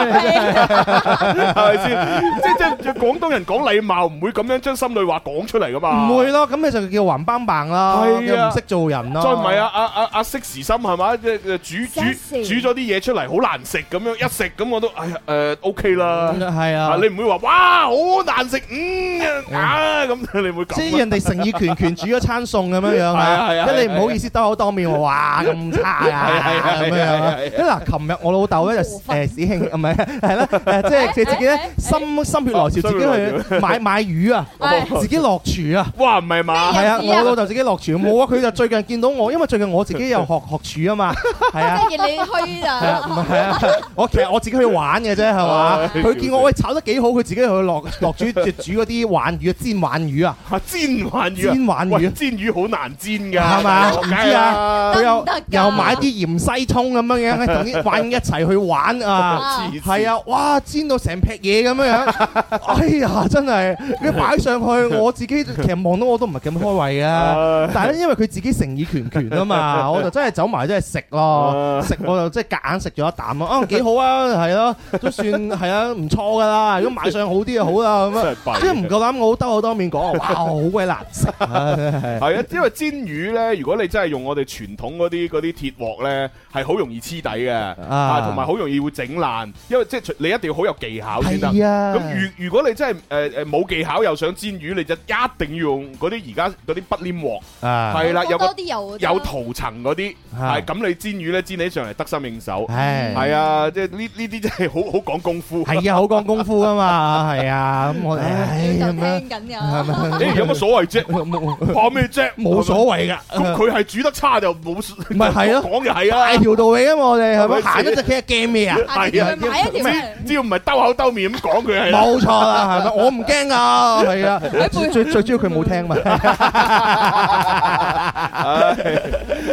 A: 系
F: 讚好
A: 咪先？即即廣東人講禮貌，唔會咁樣將心裏話講出嚟噶嘛？
E: 唔會。咯，咁你就叫橫邦棒啦，
A: 啊係啊
E: 又唔識做人咯。
A: 再唔係啊！阿阿阿息時心係嘛？即係煮
F: 息時
A: 煮煮咗啲嘢出嚟，好難食咁樣，一食咁我都哎呀誒 OK 啦。
E: 嗯，係
A: 啊！
E: 啊，
A: 你唔會話哇好難食，嗯啊咁， 你唔會咁啊。
E: 即係人哋誠意拳拳煮咗餐餸咁樣樣
A: 係啊係啊
E: 即係
A: 係
E: 你
A: 啊
E: 唔好意思兜口當面話哇咁差
A: 係係
E: 啊
A: 係
E: 咁
A: 係
E: 樣樣
A: 係。
E: 因為嗱，琴日我老豆咧就
F: 過分
E: 誒子慶唔係係啦，誒即係佢自己咧心心血來潮，
A: 哦
E: 自己去買買魚啊，
F: 係
E: 自己落廚啊。
A: 哇唔係嘛？
E: 係啊，
F: 咩日子啊
E: 我老豆自己落廚，冇啊！佢就最近見到我，因為最近我自己又 學學廚啊嘛，係啊。
F: 你，既然你虛
E: 係啊，
F: 啊，
E: 唔係啊，我其實我自己去玩嘅啫，係嘛？
A: 唉
E: 佢見我喂炒得幾好，佢自己去落落煮 煮嗰啲鯇魚啊，煎鯇魚啊，
A: 啊煎鯇魚啊，
E: 煎鯇魚
A: 喂煎魚好難煎㗎，
E: 係嘛
A: 梗
E: 唔知
A: 係啦
E: 啊佢又
F: 得唔得㗎
E: 又買啲芫茜葱咁樣樣，同啲鯇一齊去玩啊！
F: 啊
A: 黐線
E: 係啊，哇！煎到成劈嘢咁樣樣，哎呀，真係佢擺上去，我自己其實望到我都唔係咁開胃啊。
A: 唉
E: 但係咧，因為佢自己誠意拳拳 啊嘛，我就真係走埋真係食咯
A: 啊，
E: 食我就即係夾硬食咗一啖咯，啊幾好啊，係咯，都算係啊唔錯噶啦，如果賣相好啲就好啦咁
A: 真
E: 啊，
A: 係
E: 即係
A: 弊
E: 唔。夠膽我兜口當面講，哇好鬼難食啊，真係
A: 係啊，因為煎魚咧，如果你真係用我哋傳統嗰啲嗰啲鐵鑊咧，係好容易黐底嘅，啊，同埋好容易會整爛，因為即係除你一定要好有技巧先得。
E: 係啊
A: 咁如如果你真係誒誒冇技巧又想煎魚，你就一定要用嗰啲而家嗰啲不黏鑊，
E: 啊，
A: 係啦，有個
F: 多啲油
A: 有塗層嗰啲，
E: 啊
A: 係咁你煎魚咧煎起上嚟得心應手。
E: 唉，
A: 係啊，即係呢呢啲真係好好 講功夫。
E: 係啊，好講功夫噶嘛，係啊，咁我哋唉
F: 就
E: 咁樣
F: 聽緊㗎。
A: 誒有乜所謂 啫？
E: 冇
A: 怕咩啫？
E: 冇所謂
A: 咁
E: 噶。
A: 佢係煮得差就冇，唔
E: 咪係 咯
A: 講就係
E: 大
A: 啊。
E: 條道理啊嘛，我哋
A: 係
E: 係咪
A: 咪
E: 行一隻企係驚咩啊？
A: 係啊，
F: 下次買一條出嚟
A: 只要唔係兜口兜面咁講佢係啦。啊
E: 冇錯啦，係咪？我唔驚噶，係啊
F: 背，後
E: 最最主要佢冇聽嘛。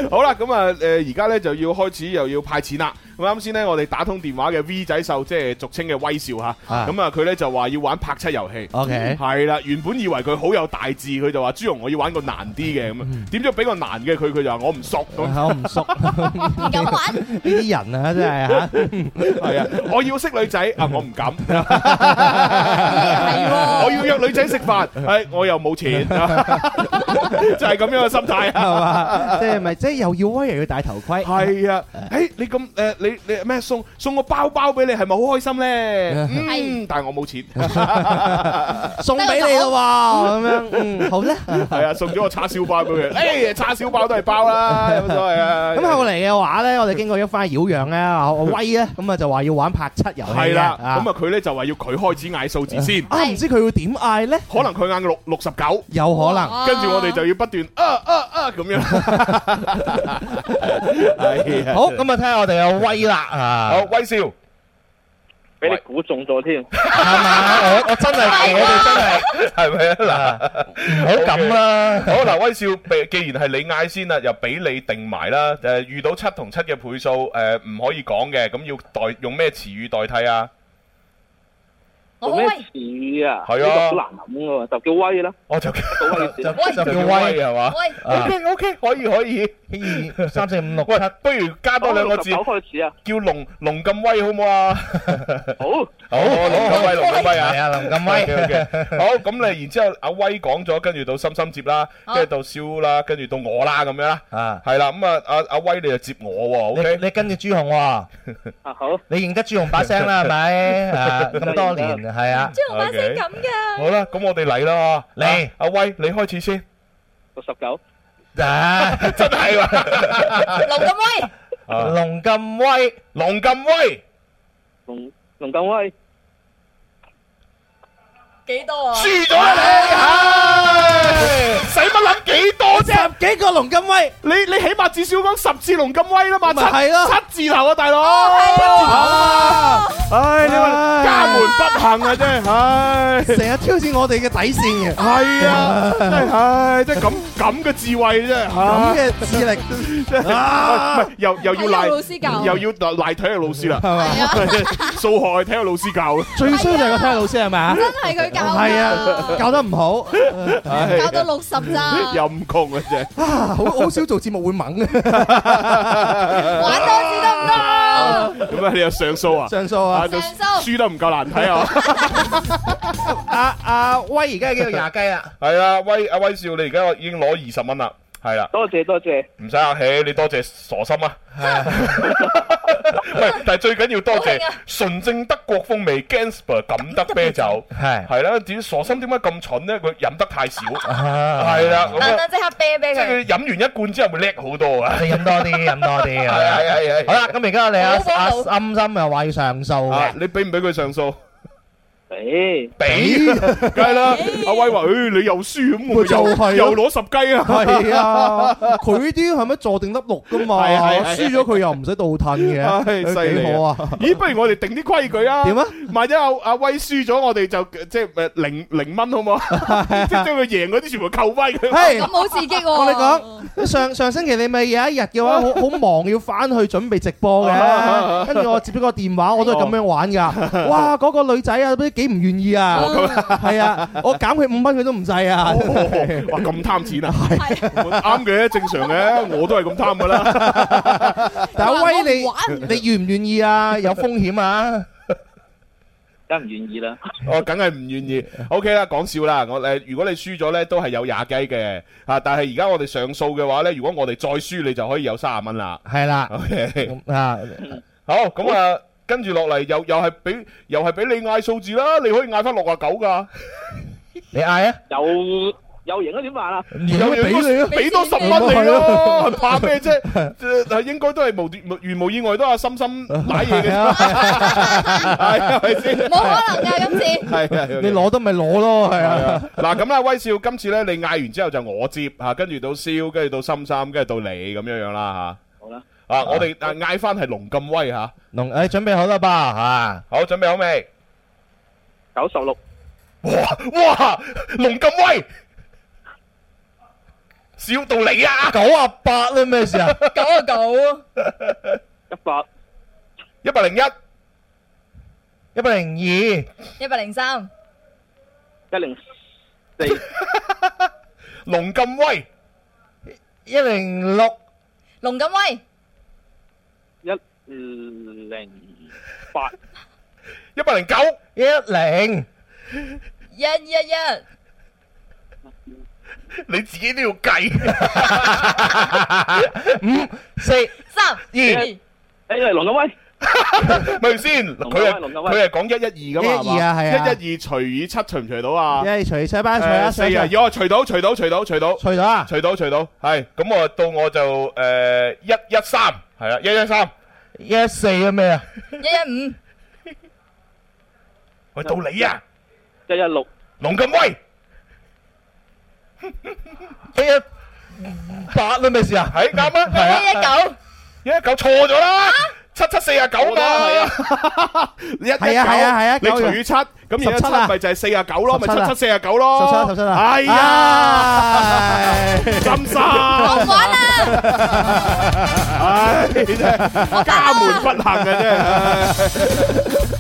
A: 好啦，咁啊，誒而家咧就要開始又要派錢啦。咁啱先咧，我哋打通電話嘅 V 仔秀，即係俗稱嘅威少嚇。
E: 啊
A: 咁啊，佢咧就話要玩拍七遊戲。
E: OK，
A: 係啦，原本以為佢好有大志，佢就話朱紅我要玩個難啲嘅咁啊，
E: 嗯
A: 點知俾個難嘅佢，佢就話我唔熟 咁，
E: 我唔熟
F: 唔敢玩，
E: 呢啲人啊，真係嚇。
A: 係啊，我要識女仔啊，我唔 敢，
F: 係喎
A: 我要約女仔食飯，誒我又冇 錢， 就係咁樣嘅心態啊。
E: 係嘛？即係咪即係又要威又要戴頭盔？
A: 系 啊，诶，你咁诶，你你咩送送個包包俾你，係咪好開心咧？嗯，但係我冇錢，
E: 送俾你咯喎，咁樣嗯好咧。
A: 係啊，送咗個叉燒包俾 佢，诶，叉燒包都係包啦，有乜所謂啊？
E: 咁後嚟嘅話咧，我哋經過一番擾攘咧，阿威咧咁啊就話要玩拍七遊戲
A: 係啦，咁
E: 啊
A: 啊佢咧就話要佢開始嗌數字先，
E: 啊唔知佢會點嗌咧？
A: 可能佢嗌六六十九。
E: 有可能。
F: 哇
A: 跟住我哋就要不斷啊啊啊 咁樣，係啊
E: 好，咁啊睇下我哋阿威啦啊
A: 好，威少，
H: 俾你估中咗添。
E: 係嘛？我我真係我哋真係
A: 係咪啊嗱？
E: 唔好咁啦。
A: 好嗱，威少，被既然係你嗌先啦，又俾你定埋啦。誒、遇到七同七嘅倍數，誒、唔可以講嘅，咁要代用咩詞語代替啊？
F: 我好
H: 咩
F: 威，
H: 詞語啊？
A: 係啊
H: 呢個好難諗㗎喎，就叫 威啦，
A: 我就
H: 好威嘅
E: 就
H: 字。
E: 就叫威
A: 係嘛
F: 威
A: ？OK OK，可以可以。
E: 一二三四五六
A: 喂
E: 七。，
A: 不如加多兩個字
H: 九，開始啊！
A: 叫龍龍咁威好唔好啊？
H: 好，
A: 好，龍咁威，龍咁威啊！
E: 係啊，林咁
A: à? OK
E: 威。
A: OK，好咁你然之後阿威講咗，跟住到心心接啦，
F: 好
A: 跟住到蕭啦，跟住到我啦咁樣啦，
E: 啊
A: 係啦，咁啊阿阿威你就接我喎，OK
E: 你。你跟住朱紅喎，
H: 啊好，
E: 你認得朱紅把聲啦，係 咪？啊，咁
A: Dạ.
E: 多年係啊。
F: 朱紅把聲咁㗎，
A: 好啦，咁我哋嚟啦，
E: 嚟
A: 啊阿威，你開始先，
H: 六十九，
E: 啊，
A: 真係啦，
F: 龍咁威，
A: Ờ.
E: 龍咁威。
A: 龍咁威，
H: 龍龍咁威，
F: 幾多啊？
A: 輸咗啦你，使乜諗幾多啫？
E: 十幾個龍咁威。
A: 你你起碼至少講十字龍咁威啦嘛，
E: 咪
A: 七
E: 係咯
A: 七字頭啊，大佬，七字
E: 啊！
A: 頭唉，你話
E: 唉
A: 家門不幸啊，真係，唉。
E: 成日挑戰我哋嘅底線嘅，
A: 係啊，真係，唉，真係咁咁嘅智慧真係，
E: 咁
A: 唉
E: 嘅智力
A: 真係
E: 啊
A: 唔係又又要賴
F: 體育老師教
A: 又要賴體育老師啦，
E: 係嘛？
A: 數學係體育老師教嘅，
E: 最衰就係個體育老師係咪啊？
F: 真係佢教
D: Ờ,
F: 㗎，
E: 係啊，教得唔好
A: 唉
F: 教到六十咋，
A: 又唔窮啊真係。
E: 啊，好好少做節目會猛嘅，
F: 玩多次得唔得？
A: 咁啊，你又上訴啊？
E: 上訴啊！
A: 就
F: 上訴
A: 輸得唔夠難睇啊！
E: 啊阿阿威而家叫做廿雞啦，
A: 係啊，威阿威少，你而家已經攞二十蚊啦，係啦，
H: 多謝多謝，
A: 唔使客氣，你多謝傻心啊！ 喂，但係最緊要多謝
F: 好勁啊
A: 純正德國風味 Gansper 錦德啤 酒。
E: 係
A: 係啦，至於傻心點解咁蠢咧？佢飲得太 少，係啦，咁
F: 等
A: 啊，
F: 等即刻啤啤
A: 即係
F: 佢，
A: 佢飲完一罐之後會叻好多啊！
E: 你飲多啲，飲多啲
A: 係係
E: 啊！
A: 係係
E: 好啦，咁而家我哋
F: 好
E: 阿
F: 好好
E: 阿阿心心又話要上訴
A: 啊
E: 嘅，，
A: 你俾唔俾佢上訴？
H: 誒，
A: 俾，梗係啦。阿威話：，誒，你又輸咁，我
E: 咪就係咯
A: 又又攞十雞啊！
E: 係啊，佢呢啲係咪坐定粒六噶嘛？
A: 係係係
E: 輸咗佢又唔使倒褪
A: 唉
E: 嘅，
A: 犀利
E: 幾好 啊！
A: 咦，不如我哋定啲規矩啊？
E: 點啊？
A: 萬一阿阿威輸咗，我哋就即係誒零零蚊好唔好？ 即係將佢贏嗰啲全部扣翻佢。
E: 嘿
F: 咁。好刺激喎！
E: 我哋講上上星期你咪有一日嘅話，好好忙要翻去準備直播嘅，跟住我接咗個電話，我都係咁樣玩㗎。哇！嗰個女仔啊，都幾唔願意啊，係啊，我減佢五蚊佢都唔制啊。
A: 哦哇，咁貪錢啊！啱嘅，正常嘅，我都係咁貪噶 啦。
E: 但係阿威
F: 我唔玩
E: 你你願唔願意啊？有風險啊！
A: 梗唔願意 啦。哦，梗係唔願意。OK 啦，講笑啦。我誒，如果你輸咗呢，都係有廿雞嘅嚇。但係而家我哋上訴嘅話呢，如果我哋再輸，你就可以有三十蚊啦。
E: 系啦
A: OK，
E: 啊，
A: 好咁啊。跟住落嚟又又係俾又係俾你嗌數字啦，你可以嗌翻六啊九噶。
E: 你嗌啊！
A: 有有贏咗點辦啊？
E: 有
A: 贏
E: 俾你啊
A: 俾多十蚊
E: 俾錢
A: 你
E: 你
A: 咯
E: 啊，
A: 怕咩啫？誒應該都係無端無如無意外都係 心心買嘢嘅啫，係咪先？
I: 冇可能㗎今次
A: 係係係
E: 你攞得咪攞咯，係
A: 係
E: 啊
A: 啊。嗱咁啦，威少，今次咧你嗌完之後就我接吓，跟住到蕭，跟住到心心，跟住到你咁樣樣啦吓。好啦，啊我哋啊嗌翻係龍咁威吓，
E: 龍，誒準備好啦吧嚇。
A: 好準備好未？九十六。哇哇，龍咁威，笑到你啊！
E: 九啊八啦咩事啊？
A: 九啊九，一百，一百零一，
E: 一百零二，
F: 一百零三，
A: 一零 四，龍咁威。
E: 一零六，
F: 龍錦威，
H: 一零八，
A: 一百零九，
E: 一零，
F: 一一一，
A: 你自己都要計。
E: 五四
F: 三二，
A: 誒誒，龍咁威，咪先？佢係佢係講一一二噶嘛？
E: 112啊係啊
A: 一一二除以七除唔除到啊？
E: 一除七班，除
A: 誒
E: 一
A: 四啊！
E: 除一。
A: 如果除到除到除到除到
E: 除到啊！
A: 除到除到，係咁我到我就誒一一三係啦，一一三。
E: 一四啊咩啊？
F: 一一五，
A: 喂，到你啊！一一六，龍咁威，
E: 一一八啦咩事啊？
A: 係啱 啊！係啊！一一九錯咗啦，七七四啊九 嘛，一
E: 係啊係啊係啊
A: 你
E: 九
A: 除以七，咁而家
E: 十七
A: 七
E: 啊
A: 咪就係四啊九咯，咪
E: 十七
A: 七
E: 啊
A: 七四啊九咯，
E: 十七啊十七啊
A: 哎呀， 心生，
F: 我玩啦，
A: 唉，真係家門
F: à.
A: 不幸嘅啫。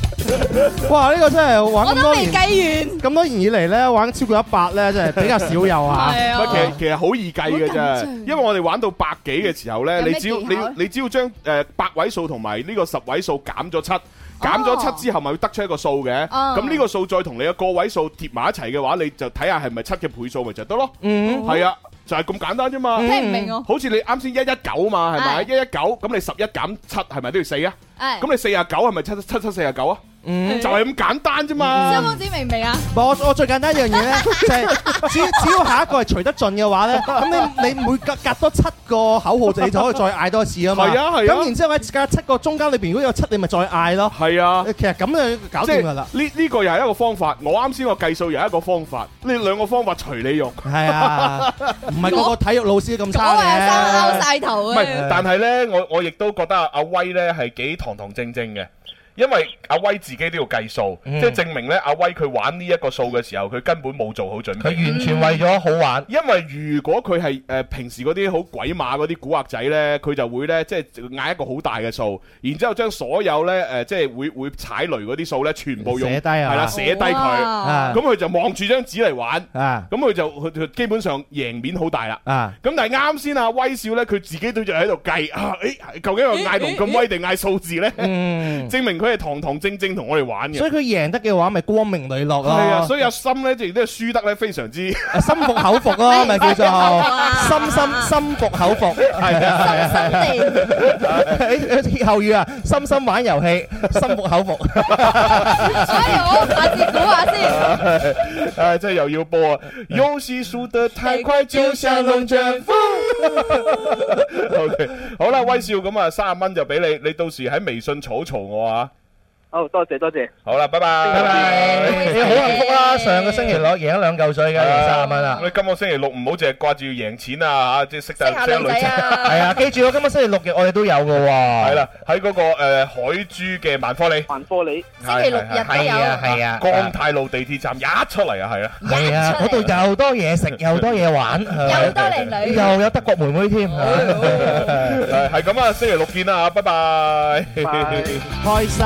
E: 哇！呢個真係玩咁多年，
F: 我都未計
E: 咁多年以嚟咧，玩超過一百咧，真係比較少有啊。
A: 唔係其實其實好易計嘅啫，因為我哋玩到百幾嘅時候咧，
E: 有
A: 你
E: 咩
A: 只要
E: 技巧啊
A: 你你只要將誒百位數同埋呢個十位數減咗七。減咗七之後，咪會得出一個數嘅。
E: 哦
A: 咁呢個數再同你嘅個位數貼埋一齊嘅話，你就睇下係咪七嘅倍數咪就得咯。
E: 嗯
A: 係啊，就係咁簡單啫嘛。
F: 聽唔明喎
A: 好似你啱先一一九嘛，係咪？一
F: 嗯係
A: 一九咁你十一減七係咪都要四啊？
F: 係
A: 咁你四啊九係咪七七七四啊九啊？
E: 嗯
A: 就係咁簡單啫
F: 張
A: 嘛
D: 嗯
F: 公。子明唔明
D: à?
F: 啊？
E: 唔係我我最簡單一樣嘢咧， 就係只只要下一個係除得盡嘅 話咧，咁你你每隔隔多七個口號就你就可以再嗌多一次啊嘛。
A: 係啊係啊
E: 咁然之後喺隔七個中間裏邊如果有七，你咪再嗌咯。
A: 係啊。
E: 其實咁就搞
A: 即
E: 掂
A: 係
E: 㗎啦。
A: 呢呢個又係一個方法，我啱先個計數又係一個方法，呢兩個方法隨你用。
E: 係啊，唔係個個體育老師咁差
F: 我
E: 嘅
F: 係。晒頭
A: 唔
F: 啊！
A: 係，但係呢，我我亦都覺得阿阿威呢係幾堂堂正正嘅。因為阿威自己都要計數，
E: 嗯
A: 即係證明呢，阿威佢玩呢一個數嘅時候，佢根本冇做好準備。
E: 佢完全為咗好玩。
A: 因為如果佢係誒平時嗰啲好鬼馬嗰啲古惑仔呢，佢就會呢，即係嗌一個好大嘅數，然之後將所有呢，誒、呃即係會會踩雷嗰啲數呢，全部用
E: 寫低啊
A: 係啦，寫低佢，
E: 哇
A: 咁佢就望住張紙嚟玩，
E: 啊
A: 咁佢就佢佢基本上贏面好大啦。
E: 啊！
A: 咁但係啱先啊，威少咧，佢自己都仲喺度計啊，誒，究竟係嗌龍咁威定嗌數字咧？
E: 嗯
A: 證明佢係堂堂正正同我哋玩嘅。
E: 所以佢贏得嘅話，咪光明磊落咯。啊
A: 係啊，所以阿心咧，亦都係輸得咧，非常之
E: 心服口服咯，咪叫做哎心心心服啊口服， 係啊係啊係啊，歇後語啊，心心玩遊戲，心服口服，
A: Ờ. 唉，真係又要播 啊！
E: 嗯
A: 遊戲輸得太快，就像龍捲 風。OK，好啦，威少咁啊，三十蚊就俾你，你到時喺微信嘈一嘈我啊。
H: 好多謝多謝。
A: 好啦，拜拜，拜拜
E: 你好幸福啦！上個星期六贏咗兩嚿
A: 哎
E: 水嘅，
A: 啊
E: 贏三十蚊啊啦。
A: 你今個星期六唔好淨係掛住要贏錢啊嚇，即係識得
E: 識下
A: 識得女
E: 女仔
A: 仔。
F: à.
E: 係啊，記住我今個星期六日我哋都有嘅喎。
A: 係啦，喺嗰個誒海珠嘅萬科里，萬科里
E: 星期六日都有係啊係啊
A: 江太路地鐵站一出嚟啊，係 啊，
E: 係啊，嗰度又多嘢食，又多嘢玩，又多
F: 靚女
E: 又有德國妹妹添。
A: 啊係係咁啊，星期六見啦，拜拜，
E: 開心。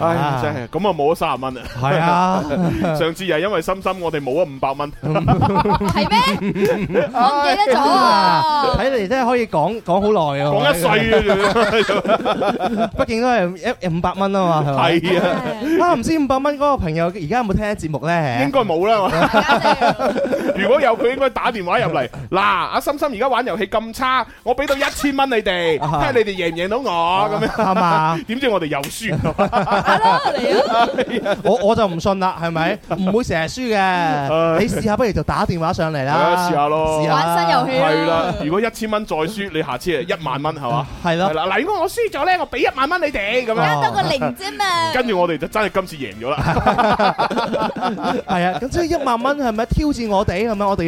A: 唉，真係咁啊冇咗三十蚊 啊！
E: 係啊
A: 上次又係因為心心，我哋冇咗五百蚊。
E: 啊睇嚟真係可以講講好耐啊！
A: 講一 世
E: 啊！畢竟都係一五百蚊啊嘛，係咪
A: 係啊！
E: 啊，唔知五百蚊嗰個朋友而家有冇聽節目咧？
A: 應該冇 啦，如果有佢應該打電話入嚟。嗱，阿心心而家玩遊戲咁差，我俾到一千蚊你哋，睇下你哋贏唔贏到我咁樣。
E: 啱啊！
A: 點知我哋又 輸。
E: 我我就唔信啦，係咪？唔會成日輸嘅。你試下，不如就打電話上嚟
A: 係
E: 啦，
A: 啊試下咯
E: 試下啦
A: 係啦，如果一千蚊再輸，你下次係一萬蚊係嘛？
E: 係咯
A: 係啦，嗱，如果我輸咗咧，我俾一萬蚊你哋咁樣。跟住我哋就真係今次贏咗 啦。
E: 係啊，咁即係一萬蚊係咪挑戰我哋係咪？我哋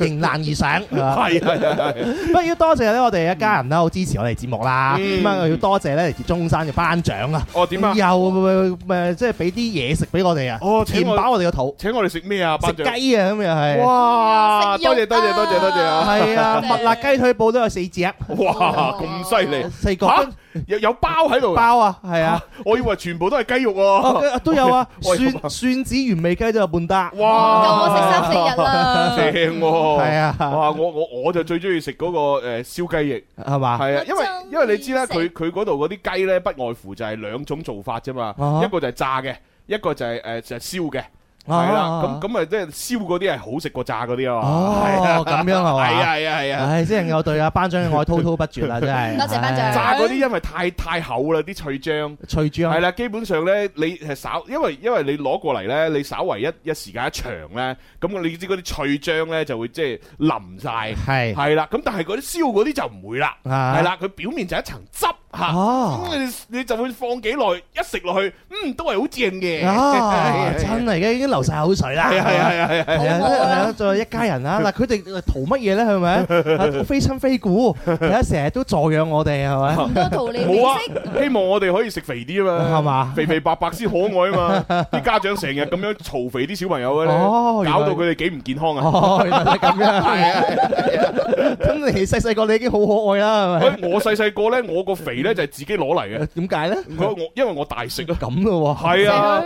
E: 要迎難 而上。係嘛
A: 係係係係。
E: 不過要多謝咧，我哋一家人啦，好支持我哋節目啦。
A: 嗯
E: 咁啊，要多謝咧嚟自中山嘅班長啊。
A: 哦點啊
E: 又誒誒即係俾啲嘢食俾我哋啊。
A: 哦
E: 填
A: 請我
E: 飽我哋個肚。
A: 請我哋食咩啊？
E: 食
A: 班長
E: 雞啊，咁又係。！
A: 哇！
F: 食
A: 多
F: 肉
A: 謝多謝多謝多謝啊！
E: 係 啊，蜜辣雞腿堡都有四隻，
A: 哇，咁犀利！
E: 四個
A: 嚇，有有包喺度㗎。
E: 包啊，係啊。
A: 我以為全部都係雞肉
E: 哦
A: 喎。
E: 都有啊，
A: 我以為
E: 蒜蒜子原味雞都有半打。
A: 哇！ 正喎。
E: 係啊
A: 哇！我我我就最中意食嗰個誒燒雞翼。
E: 係嘛？
A: 係啊，
F: 我
A: 因為
F: 中意
A: 因為你知啦，
F: 食
A: 佢佢嗰度嗰啲雞咧，不外乎就係兩種做法啫嘛
E: 啊，哈
A: 一個就係炸嘅，一個就係誒就係燒嘅，
E: 啊
A: 係啦，咁咁啊即係燒嗰啲係好食過炸嗰啲啊嘛，係啊
E: 哦，咁樣係嘛？
A: 係啊係啊係啊，
E: 唉，真係我對阿班長嘅愛滔滔不絕啦，真係。
F: 多謝班長
E: 唉
A: 炸嗰啲因為太太厚啦，啲脆漿。
E: 隨住
A: 係
E: 啊，
A: 啦，基本上咧，你係稍，因為因為你攞過嚟咧，你稍為一一時間一長咧，咁你知嗰啲脆漿咧就會即係淋晒，
E: 係
A: 係啦，咁但係嗰啲燒嗰啲就唔會啦，
E: 啊
A: 係啦，佢表面就一層汁吓，
E: 哦
A: 咁你你就會放幾耐，一食落去，嗯，都係好正嘅，
E: 啊，真係嘅已經流晒口水啦。
A: 係啊係啊係啊係啊，
E: 係啊，係啊，仲有一家人啦。嗱，佢哋圖乜嘢咧？ 係咪？啊非親非故，而家成日都助養我哋，係咪？
A: 冇啊，希望我哋可以食肥啲啊嘛，
E: 係嘛
A: 肥肥白白先可愛啊 嘛，啲家長成日咁樣嘈肥啲小朋友嘅咧，
E: 哦原來
A: 搞到佢哋幾唔健康啊，
E: 哦，原來係咁樣。
A: 係啊。
E: 咁你細細個你已經好可愛啦，係咪？
A: 喂，我細細個咧，我個肥咧就係自己攞嚟 嘅。
E: 點解咧？
A: 我我因為我大 食啊，
E: 咁咯喎。
A: 係啊。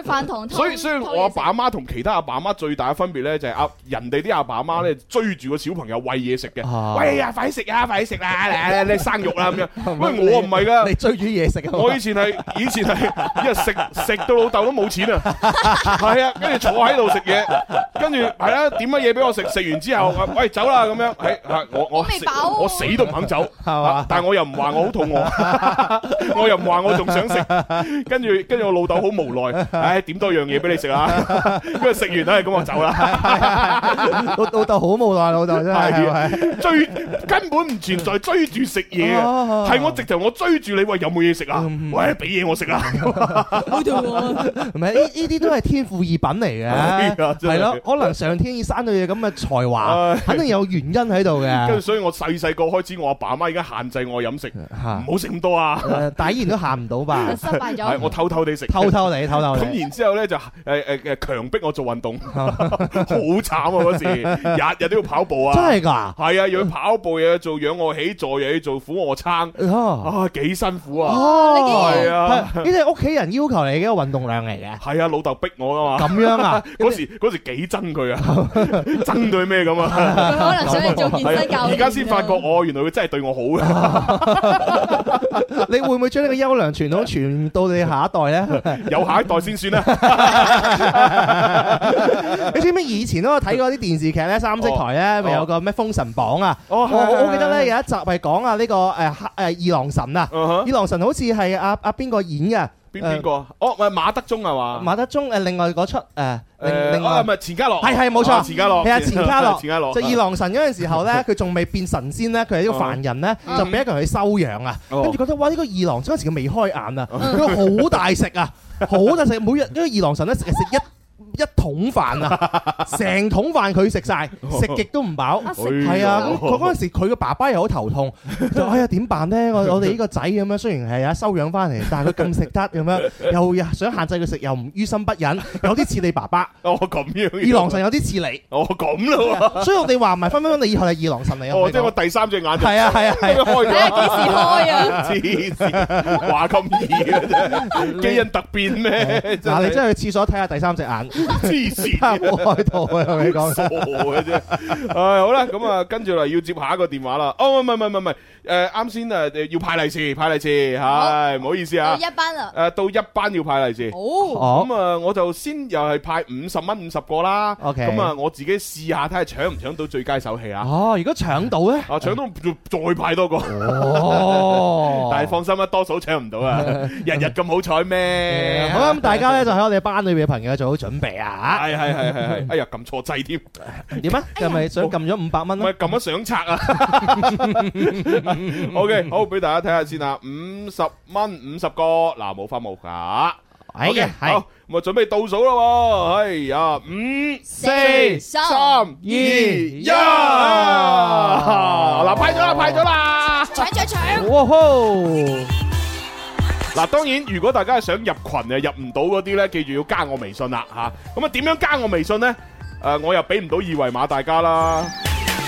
A: 所以所以我阿爸阿媽同其他阿爸阿媽最大嘅分別咧，就係阿人哋啲阿爸阿媽咧追住個小朋友餵嘢食
E: 啊
A: 嘅，喂呀，快啲食啊，快啲食啦，嚟嚟嚟生肉啦咁 樣。
E: 你
A: 喂，我唔係
E: 你
A: 㗎。
E: 追住嘢食啊嘛
A: 我以前係，以前係，一日食 食到老豆都冇 錢啊，係啊，跟住坐喺度食嘢，跟住係啊，點乜嘢俾我食，食完之後，啊喂走啦咁樣， 係係我我
F: 未
A: 死
F: 飽喎
A: 我死都唔肯走，啊
E: 係嘛
A: 但係我又唔話我好肚 餓，我又唔話我仲想食，跟住跟住我老豆好無奈，唉點多樣嘢俾你食 啊，跟住食完唉咁我走啦，
E: 老老豆好無奈，老豆真係係咪？
A: 追根本唔存在追住食嘢
E: 哦嗯
A: 啊，係我直頭我追住你喂有冇嘢食啊，喂俾嘢我食啊。
E: 唔係呢呢啲都係天賦異稟嚟嘅，
A: 係啊真係
E: 係咯，可能上天已生到你咁嘅才華
A: 唉，
E: 肯定有原因喺度
A: 跟住
E: 嘅。
A: 所以我細細個開始，我阿爸阿媽而家限制我飲食，唔
E: 嚇，
A: 好食咁多啊！
E: 誒但係依然都喊唔到 吧？
A: 係我偷偷地食，
E: 偷偷嚟，偷偷
A: 咁
E: 嚟。
A: 然之後咧就誒誒誒強迫我做運 動，好慘啊！嗰時日日都要跑步啊，
E: 真係㗎，
A: 係啊，又要跑步，又要做仰卧起坐，又要做俯卧撐，
E: 哦，
A: 啊幾辛苦啊！
E: 哦
A: 係啊，
E: 呢啲係屋企人要求你嘅運動量 嚟嘅。
A: 係啊，老豆逼我噶嘛，
E: 咁樣啊？
A: 嗰時嗰時幾憎佢啊， 憎到佢咩咁啊！係啊而家先發覺，哦，原來佢真係對我好啊 嘅，
E: 你會唔會將呢個優良傳統傳到你下一 代咧？
A: 有下一代先算啦。
E: 你知唔知以前都有睇過啲電視劇咧，三色台咧咪有個咩《封神榜》啊？
A: 哦
E: 我
A: 係
E: 我
A: 係
E: 記得
A: 係
E: 咧有一集係講啊呢個誒黑誒二郎神啊，
A: 嗯哼
E: 二郎神好似係阿阿邊個演嘅？
A: 邊邊個？哦，唔係馬德鐘係嘛？
E: 馬德鐘誒，另外嗰出誒，另
A: 誒，
E: 另
A: 啊
E: 外
A: 唔。係錢嘉樂，
E: 係係冇
A: 啊
E: 錯，
A: 錢嘉樂，
E: 係啊，錢 嘉樂，
A: 錢嘉樂，
E: 就二郎神嗰陣時候咧，佢仲未變神仙咧，佢係一個凡人咧，
A: 嗯
E: 就俾一個人去收養啊，
A: 哦
E: 跟住覺得哇呢個二郎神嗰陣時佢未開眼啊，佢好大食啊，好大食，每日呢個二郎神咧食係食一一桶飯啊，成桶飯佢食晒，食極都唔飽
F: 啊，食極
E: 係啊！咁
A: 都
E: 佢嗰陣時佢個爸爸又好頭痛，就哎呀點辦呢？我我哋呢個仔咁樣，雖然係啊收養翻嚟，但係佢咁食得咁樣，又又想限制佢食，又唔於心不忍，有啲似你爸爸，
A: 哦咁樣，
E: 二郎神有啲似你，
A: 哦咁 咯
E: 所以我哋話唔係分分鐘你以後係二郎神嚟
A: 喎，
E: 啊！我
A: 哦即係
E: 同你
A: 我
E: 講
A: 第三隻眼就
E: 係啊係啊係啊！
A: 開
F: 睇下幾時 開啊！
A: 咗，黐線話咁易嘅啫，基因突變
E: Ờ,
A: 咩？ 真
E: 哦嗱，
A: 係
E: 你真係去廁所睇下第三隻眼，
A: 黐
E: 睇下
A: 線。
E: 有冇開到啊！同你
A: 傻
E: 講，
A: 嘅啫，唉好啦，咁啊跟住嚟要接下一個電話啦。哦唔係唔係唔係唔係，誒啱先誒要派利是派利是，係唔好意思啊。
F: 一班啦，
A: 誒到一班要派利是，
F: 哦，
E: 哦
A: 咁啊，我就先又係派五十蚊五十個啦。
E: OK
A: 咁啊，我自己試下睇下搶唔搶到最佳手氣啊！
E: 哦，如果搶到咧，
A: 啊，搶到再派多個，
E: 哦，
A: 但係放心啦，多數搶唔到 啊！日日咁好彩咩？
E: 好啦，啊咁大家咧就喺我哋班裏邊嘅朋友做好準備啊！
A: 係係係係 係，哎呀撳錯掣添，唔
E: 點啊？係咪想撳咗五百蚊
A: 係
E: 啊？
A: 撳咗相冊啊 ！OK，好俾大家睇下先啊，五十蚊五十個，嗱冇花冇假。
E: 係
A: OK，
E: 嘅，係
A: 好，咁啊準備倒數啦喎，哎呀，五
F: 四
A: 三二一，啊嗱派咗啦，派咗啦！
F: 搶搶搶！
E: 哇吼！
A: 嗱，當然如果大家係想入群啊，入唔到嗰啲呢，記住要加我微信啦吓。咁啊，點樣加我微信呢？誒、我又俾唔到二維碼大家啦。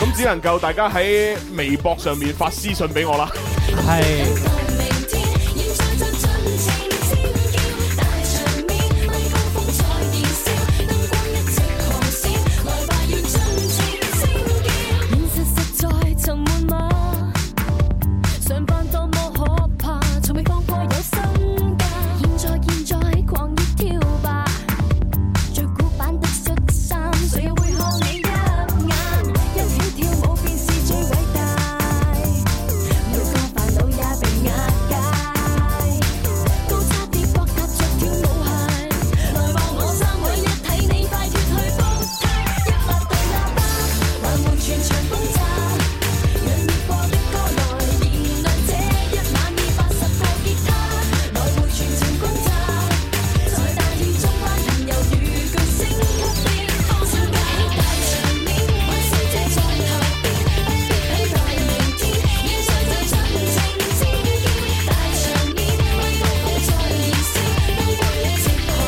A: 咁只能夠大家喺微博上面發私信俾我啦。
E: 係。
D: 每個煩惱也被瓦解，高差跌膊踏着跳舞鞋，來吧我三位一體，你快脱去煲呔，一百對喇叭，還滿全場轟炸，讓熱播的歌來燃亮這一晚，以八十個吉他來回全程轟炸，在大雨中關人猶如巨星級別放上大場面，我小姐在後邊，不必等待明天，現在就盡情尖叫，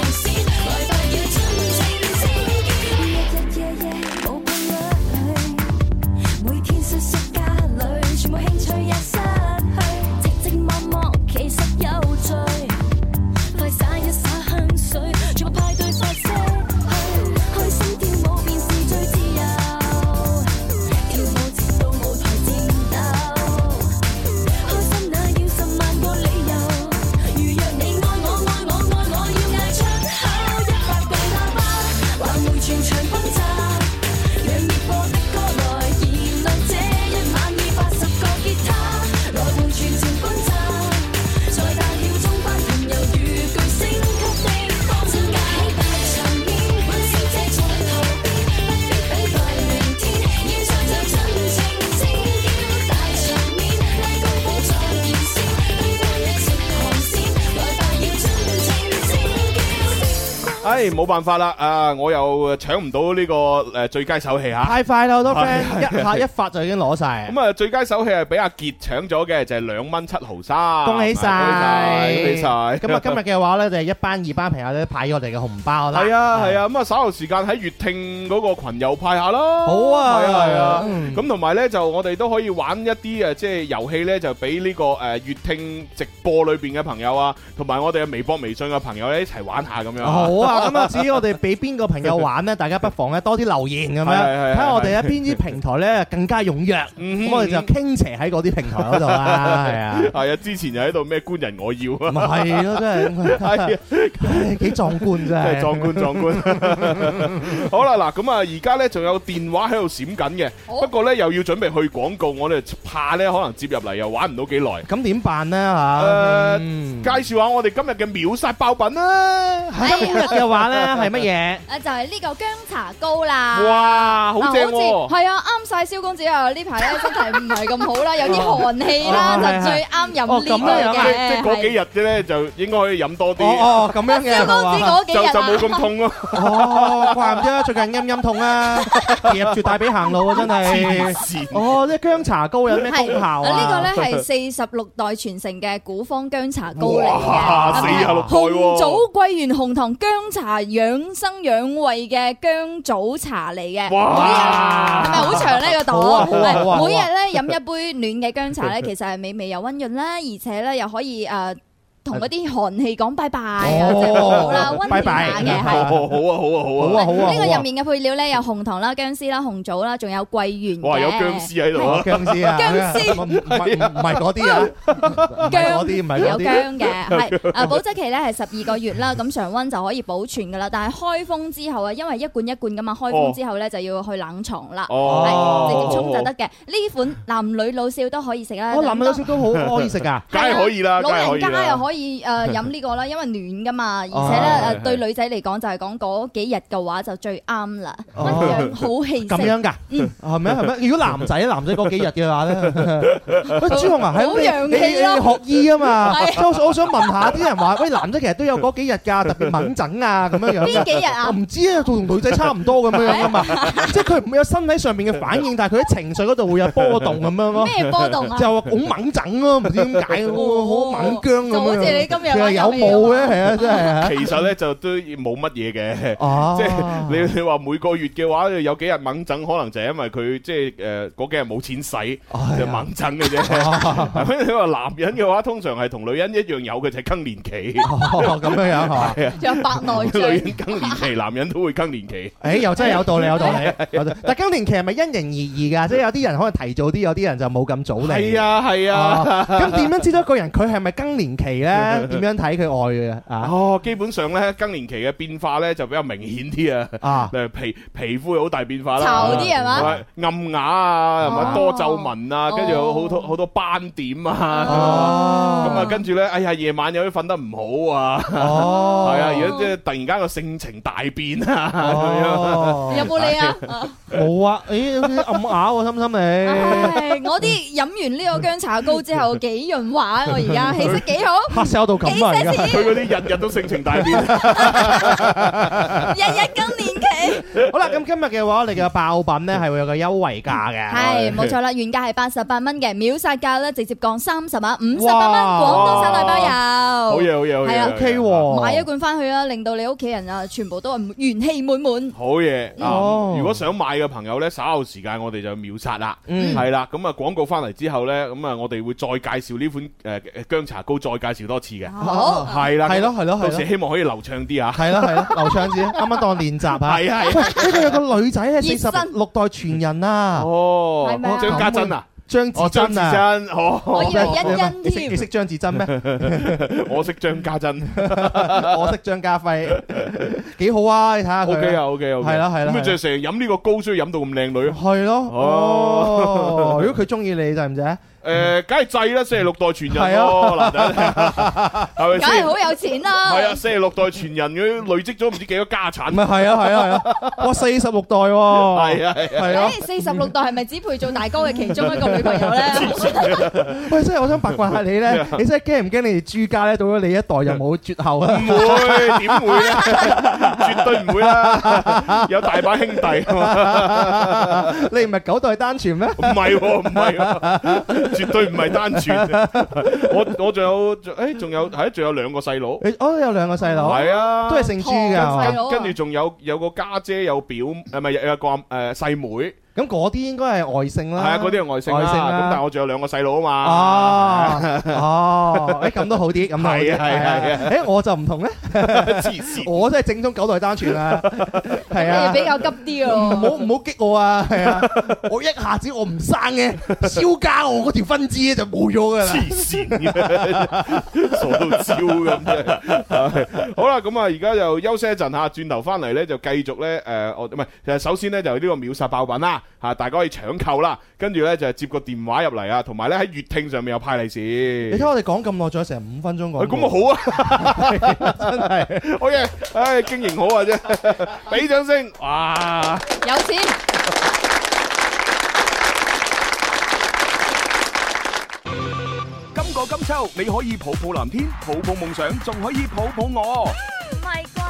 D: 大場面為高峰在燃燒，燈光一直狂閃，來吧要盡情尖叫，日日夜夜冇伴侶。每天瑟縮家裏，全部興趣也失去，寂寂寞寞其實有罪。快灑一灑香水，做個派對快些去，開心跳舞便是最自由。跳舞直到舞台戰鬥，開心那要十萬個理由。如若你愛我愛我愛我，要嗌出口一百個喇叭，還會全場轟炸。讓熱播的歌來燃亮這一晚，以八十個吉他來換全城轟炸，在大曉中翻騰，猶如巨星級的光線界大場面，揾小姐在後邊，不必等待明天，現場就盡情尖叫，大場面拉高峰在燃燒，燈光一直狂閃，來吧要盡情尖叫。
A: 唉、冇辦法啦，啊，我又搶唔到呢個誒最佳手氣嚇。
E: 太快啦！好多
A: 係
E: friend 一下一發就已經攞晒。
A: 咁啊，最佳手氣係俾阿傑搶咗嘅，就係兩蚊七毫三。
E: 恭喜晒！
A: 恭喜晒！
E: 咁啊，今日嘅話咧，就係一班二班朋友咧派咗我哋嘅紅包啦。
A: 係啊係啊，咁啊稍後時間喺粵聽嗰個群又派下啦。
E: 好啊
A: 係啊係啊
E: 嗯。
A: 咁同埋咧就我哋都可以玩一啲呃誒，即係遊戲咧就俾呢個誒粵聽直播裏邊嘅朋友啊，同埋我哋嘅微博、微信嘅朋友咧一齊玩下咁樣。
E: 好啊！咁啊，至於我哋俾邊個朋友 玩呢？大家不妨咧多啲留言咁樣，
A: 係係係係
E: 睇下我哋喺邊啲平台咧更加踴躍，
A: 嗯
E: 咁我 哋就傾斜喺嗰啲平台嗰度啦，係啊，
A: 係啊，之前又喺度咩官人我要 啊。
E: 咪係咯，真
A: 係
E: 係
A: 啊，
E: 唉幾壯觀真
A: 真
E: 係
A: 係壯觀 壯觀。好啦，嗱咁啊，而家咧仲有電話喺度閃緊嘅，
F: 好
A: 不過咧又要準備去廣告，我哋怕咧可能接入嚟又玩唔到幾耐。
E: 咁點辦
A: 誒
E: 呢？嚇？嗯
A: 介紹下我哋今日嘅秒殺爆品啦！
E: 今日嘅話話咧係乜嘢？
F: 誒啊就係呢個姜茶膏啦。
E: 哇好正喎
F: 啊嗱好似係啊，啱晒蕭公子啊！呢排咧身體唔係咁好啦，有啲寒氣啦，
A: 哦係
F: 就最啱飲呢個
A: 即係即係嗰
F: 嘅。
A: 幾日啫咧，就應該可以飲多 啲。
E: 哦哦咁樣嘅蕭公子係嘛嗰
A: 就
E: 幾日啊
A: 就冇咁痛咯。
E: 哦，怪唔知啦，最近陰陰痛啦，夾住大髀行路啊，真
A: 黐
E: 係
A: 線。
E: 哦，即係姜茶膏有咩功效啊？
F: 呃呢個咧係四十六代傳承嘅古方姜茶膏嚟
A: 哇
F: 嘅，啊
A: 四十六代喎
F: 紅棗桂圓紅糖姜茶養生養胃嘅姜棗茶嚟嘅。
A: 哇！
F: 係咪好長呢個
E: 好啊好啊好啊
F: 檔？每日咧飲一杯暖嘅姜茶 咧，其實係美味又温潤啦，而且咧又可以誒同嗰啲寒氣講拜拜啊，即係好啦，温
E: 哦拜
F: 暖
E: 拜
F: 下嘅
A: 好
F: 係。
A: 啊好啊好啊
E: 好啊好啊
F: 呢個入面嘅配料咧有紅糖啦、姜絲啦、紅棗啦，仲有桂圓嘅。
A: 哇！有僵屍喺度
E: 哦
A: 啊！
E: 僵屍啊！
F: 僵屍
E: 唔唔係唔係嗰啲啊，唔係嗰啲唔係嗰
F: 有
E: 啲。
F: 姜嘅，係啊保質期咧係十二個月啦，咁常温就可以保存噶啦。但係開封之後啊，因為一罐一罐噶嘛，開封之後咧就要去冷藏啦，係直接沖就得嘅。呢款男女老少都可以食啦。
E: 我諗到少都好可以食噶。
A: 梗係可以啦，
F: 老
A: 梗係可以
F: 人家又
A: 啦。
F: 可以誒飲呢個啦，因為暖噶嘛，而且咧誒對女仔嚟講就係講嗰幾日嘅話就最啱啦，
E: 哦
F: 乜樣好氣
E: 咁
F: 息，
E: 樣㗎，係咪係咪？如果男仔男仔嗰幾日嘅話咧，喂朱紅啊，
F: 好
E: 係
F: 洋
E: 你
F: 氣
E: 你
F: 咯
E: 你學醫啊嘛，
F: 係
E: 即係我想我想問下啲人話，喂男仔其實都有嗰幾日㗎，特別敏感啊咁樣樣㗎。
F: 邊幾日啊
E: 我唔知啊，同女仔差唔多咁樣樣㗎嘛，即係佢唔會有身體上面嘅反應，但係佢喺情緒嗰度會有波動咁樣咯。
F: 咩波動啊？哦
E: 就話好猛整啊咯，唔知點解好猛僵咁樣。
F: 就好似你今日
E: 其實有冇咧？係啊，真係 啊。
A: 其實咧就都冇乜嘢嘅。
E: 哦，
A: 即係你你話每個月嘅話，有幾日猛整，可能就係因為佢即係誒嗰幾日冇錢
E: 哎呀
A: 使，就猛整嘅啫。 咁 你話男人嘅話，通常係同女人一樣有嘅，就係更 年期。
E: 哦咁樣樣係
A: 啊
E: 嘛？
F: 仲有白內
A: 女
F: 障。
A: 人更年期，男人都會更年期。
E: 誒又真係有道理，有道理。有
A: 啊
E: 道理但更年期係咪因人而異㗎？即係有啲人可能提早啲，有啲人就冇咁早嚟。
A: 係啊係啊。
E: 哦。咁點樣知道一個人佢係咪更年期 咧？點樣睇佢愛嘅啊？
A: 哦，基本上咧更年期嘅變化咧就比較明顯啲 啊。
E: 啊，
A: 誒皮皮膚有好大變化啦，
F: 巢啲係嘛
A: 嘛，暗啞啊，係
F: 哦
A: 咪多皺紋啊，跟住有好多
F: 哦
A: 好多斑點啊，咁
E: 哦，
A: 啊跟住咧，哎呀夜晚有啲瞓得唔好啊，
E: 哦，
A: 係啊，而家即係突然間個性情大變啊， 咁樣
E: 哦
F: 有冇你啊？
E: 冇啊？誒，有啲暗啞喎，心 心你。
F: 唉，我啲飲完呢個姜茶膏之後幾潤滑，啊我而 家氣色幾好，
E: 黑 sell 到咁啊！而家
A: 佢嗰啲日日都性情大變，
F: 日日更年期。
E: 好啦，咁今日嘅話，我哋嘅爆品
A: 嗯
E: 咧係會有個優惠價嘅。
F: 係冇錯啦，原價係八十八蚊嘅，秒殺價咧直接降三十啊，五十八蚊，
E: 哇
F: 廣東省內包郵。
A: 好嘢好嘢好
F: 係
A: 嘢
F: 啊
E: O K 喎，
F: 買一罐翻去啦，令到你屋企人啊，全部都係元氣滿滿。
A: 好嘢
E: 哦
A: 啊！如果想買嘅朋友呢，稍後時間我哋就秒殺啦，
E: 嗯
A: 係啦。咁啊，廣告翻嚟之後呢，咁啊，我哋會再介紹呢款誒姜茶膏，再介紹多次嘅，
F: 好，
A: 係啦，
E: 哦係咯係咯係
A: 到時
E: 咯
A: 希望可以流暢啲啊！
E: 係啦係啦，劉 暢子啱啱當練習啊。
A: 係啊係啊
E: 喂，呢度有個女仔咧，四
F: 熱
E: 十
F: 身
E: 六代傳人啊，
A: 哦
F: 係咪啊
A: 張家珍啊，
E: 張
A: 哦張
E: 子珍
A: 子
E: 啊。
A: 珍，
F: 我
A: 哦，
F: 以為欣
E: 你識
F: 欣
E: 你
F: 添。
E: 識張子珍咩？
A: 我識張家珍
E: 我識張家輝，幾好啊！你睇下佢。
A: ，OK 啊 OK OK，
E: 係啦係
A: 咁
E: 啦係
A: 咪
E: 啦
A: 就成日飲呢個高，所以飲到咁 靚女。
E: 係咯，
A: 哦
E: 哦，如果佢中意你制唔制？
A: 誒，梗係制啦，四十六代傳
E: 係
A: 人咯，
E: 啊
A: 嗱， 等等係咪
F: 梗係
A: 先？
F: 好有錢啦！
A: 係啊，四十六代傳人佢累積咗唔知幾多家產。
E: 咪係啊係啊 係啊！哇，四十六代喎，
A: 係啊係啊，
E: 係啊。
F: 誒，哎四十六代係咪只配做大哥嘅其中一個女朋 友咧？
E: 喂，真係我想八卦下你咧，
A: 啊
E: 你真係驚唔驚你哋朱家咧到咗你一代又冇絕後啊
A: 唔？會點會咧？絕對唔會啦，有大把兄弟係嘛？
E: 你唔係九代單傳咩？
A: 唔係啊喎，唔係喎，絕對唔係單傳。我我仲有仲誒仲有係仲有兩個細佬，
E: 你我都哦有兩個細佬，
A: 係啊，
E: 都係姓朱㗎。
F: 佬啊
A: 跟住仲有有個家姐有表，誒咪有有個誒細妹，
E: 咁嗰啲應該係外姓
A: 係
E: 啦。
A: 啊，嗰啲係外姓
E: 外
A: 啦。
E: 姓啦
A: 咁但係我仲有兩個細佬啊
E: 哦哦，誒咁都好啲，咁都好
A: 係
E: 啲
A: 啊係啊係啊
E: 誒我就唔同咧，
A: 嘛，黐線。
E: 我真係正宗九代單傳 啊，係
F: 你
E: 啊。
F: 哎比較急啲
E: 唔好
F: 喎。
A: 嗯
E: 唔好激我啊！係啊，我一下子我唔生嘅，蕭家我嗰條分支咧就冇咗噶啦。
A: 黐線嘅，傻到焦咁啫。好啦，咁啊，而家就休息一陣嚇，轉頭翻嚟咧就繼續咧誒，我唔係，首先咧就呢個秒殺爆品啦。嚇，大家可以搶購啦。跟住呢，就係接個電話入嚟啊，同埋呢，喺粵聽上面有派利是。
E: 你睇我哋講咁耐，仲有成五分鐘
A: 喂
E: 講。
A: 咁啊好啊，真係好嘢！唉，經營好啊啫，俾掌聲！哇，
F: 有錢。
A: 今個金秋你可以抱抱藍天，抱抱夢想，仲可以抱抱我。
B: 唔係啩？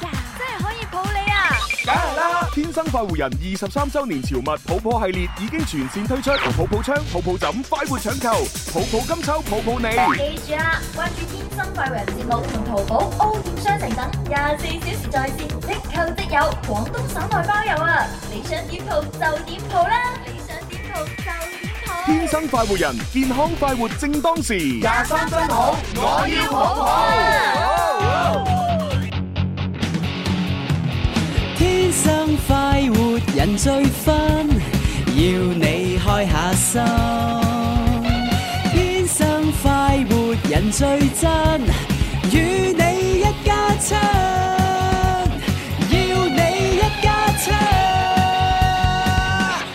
B: 真係㗎，真係可以抱你啊！
A: 梗係啦！天生快活人二十三周年潮物抱抱系列已經全線推出，抱抱槍、抱抱枕，快活搶購，抱抱金秋，抱抱你。
B: 記住啦，關注天生快活人節目同淘寶、O 店商城等廿四小時在線，即購即有，廣東省內包郵啊！你想點鋪就點鋪啦，你想點鋪就點鋪。
A: 天生快活人，健康快活正當時。
C: 廿三真好，我要好好。
I: 天生快活人最 fun，要你開下心。天生快活人最真，與你一家親，要你一家親。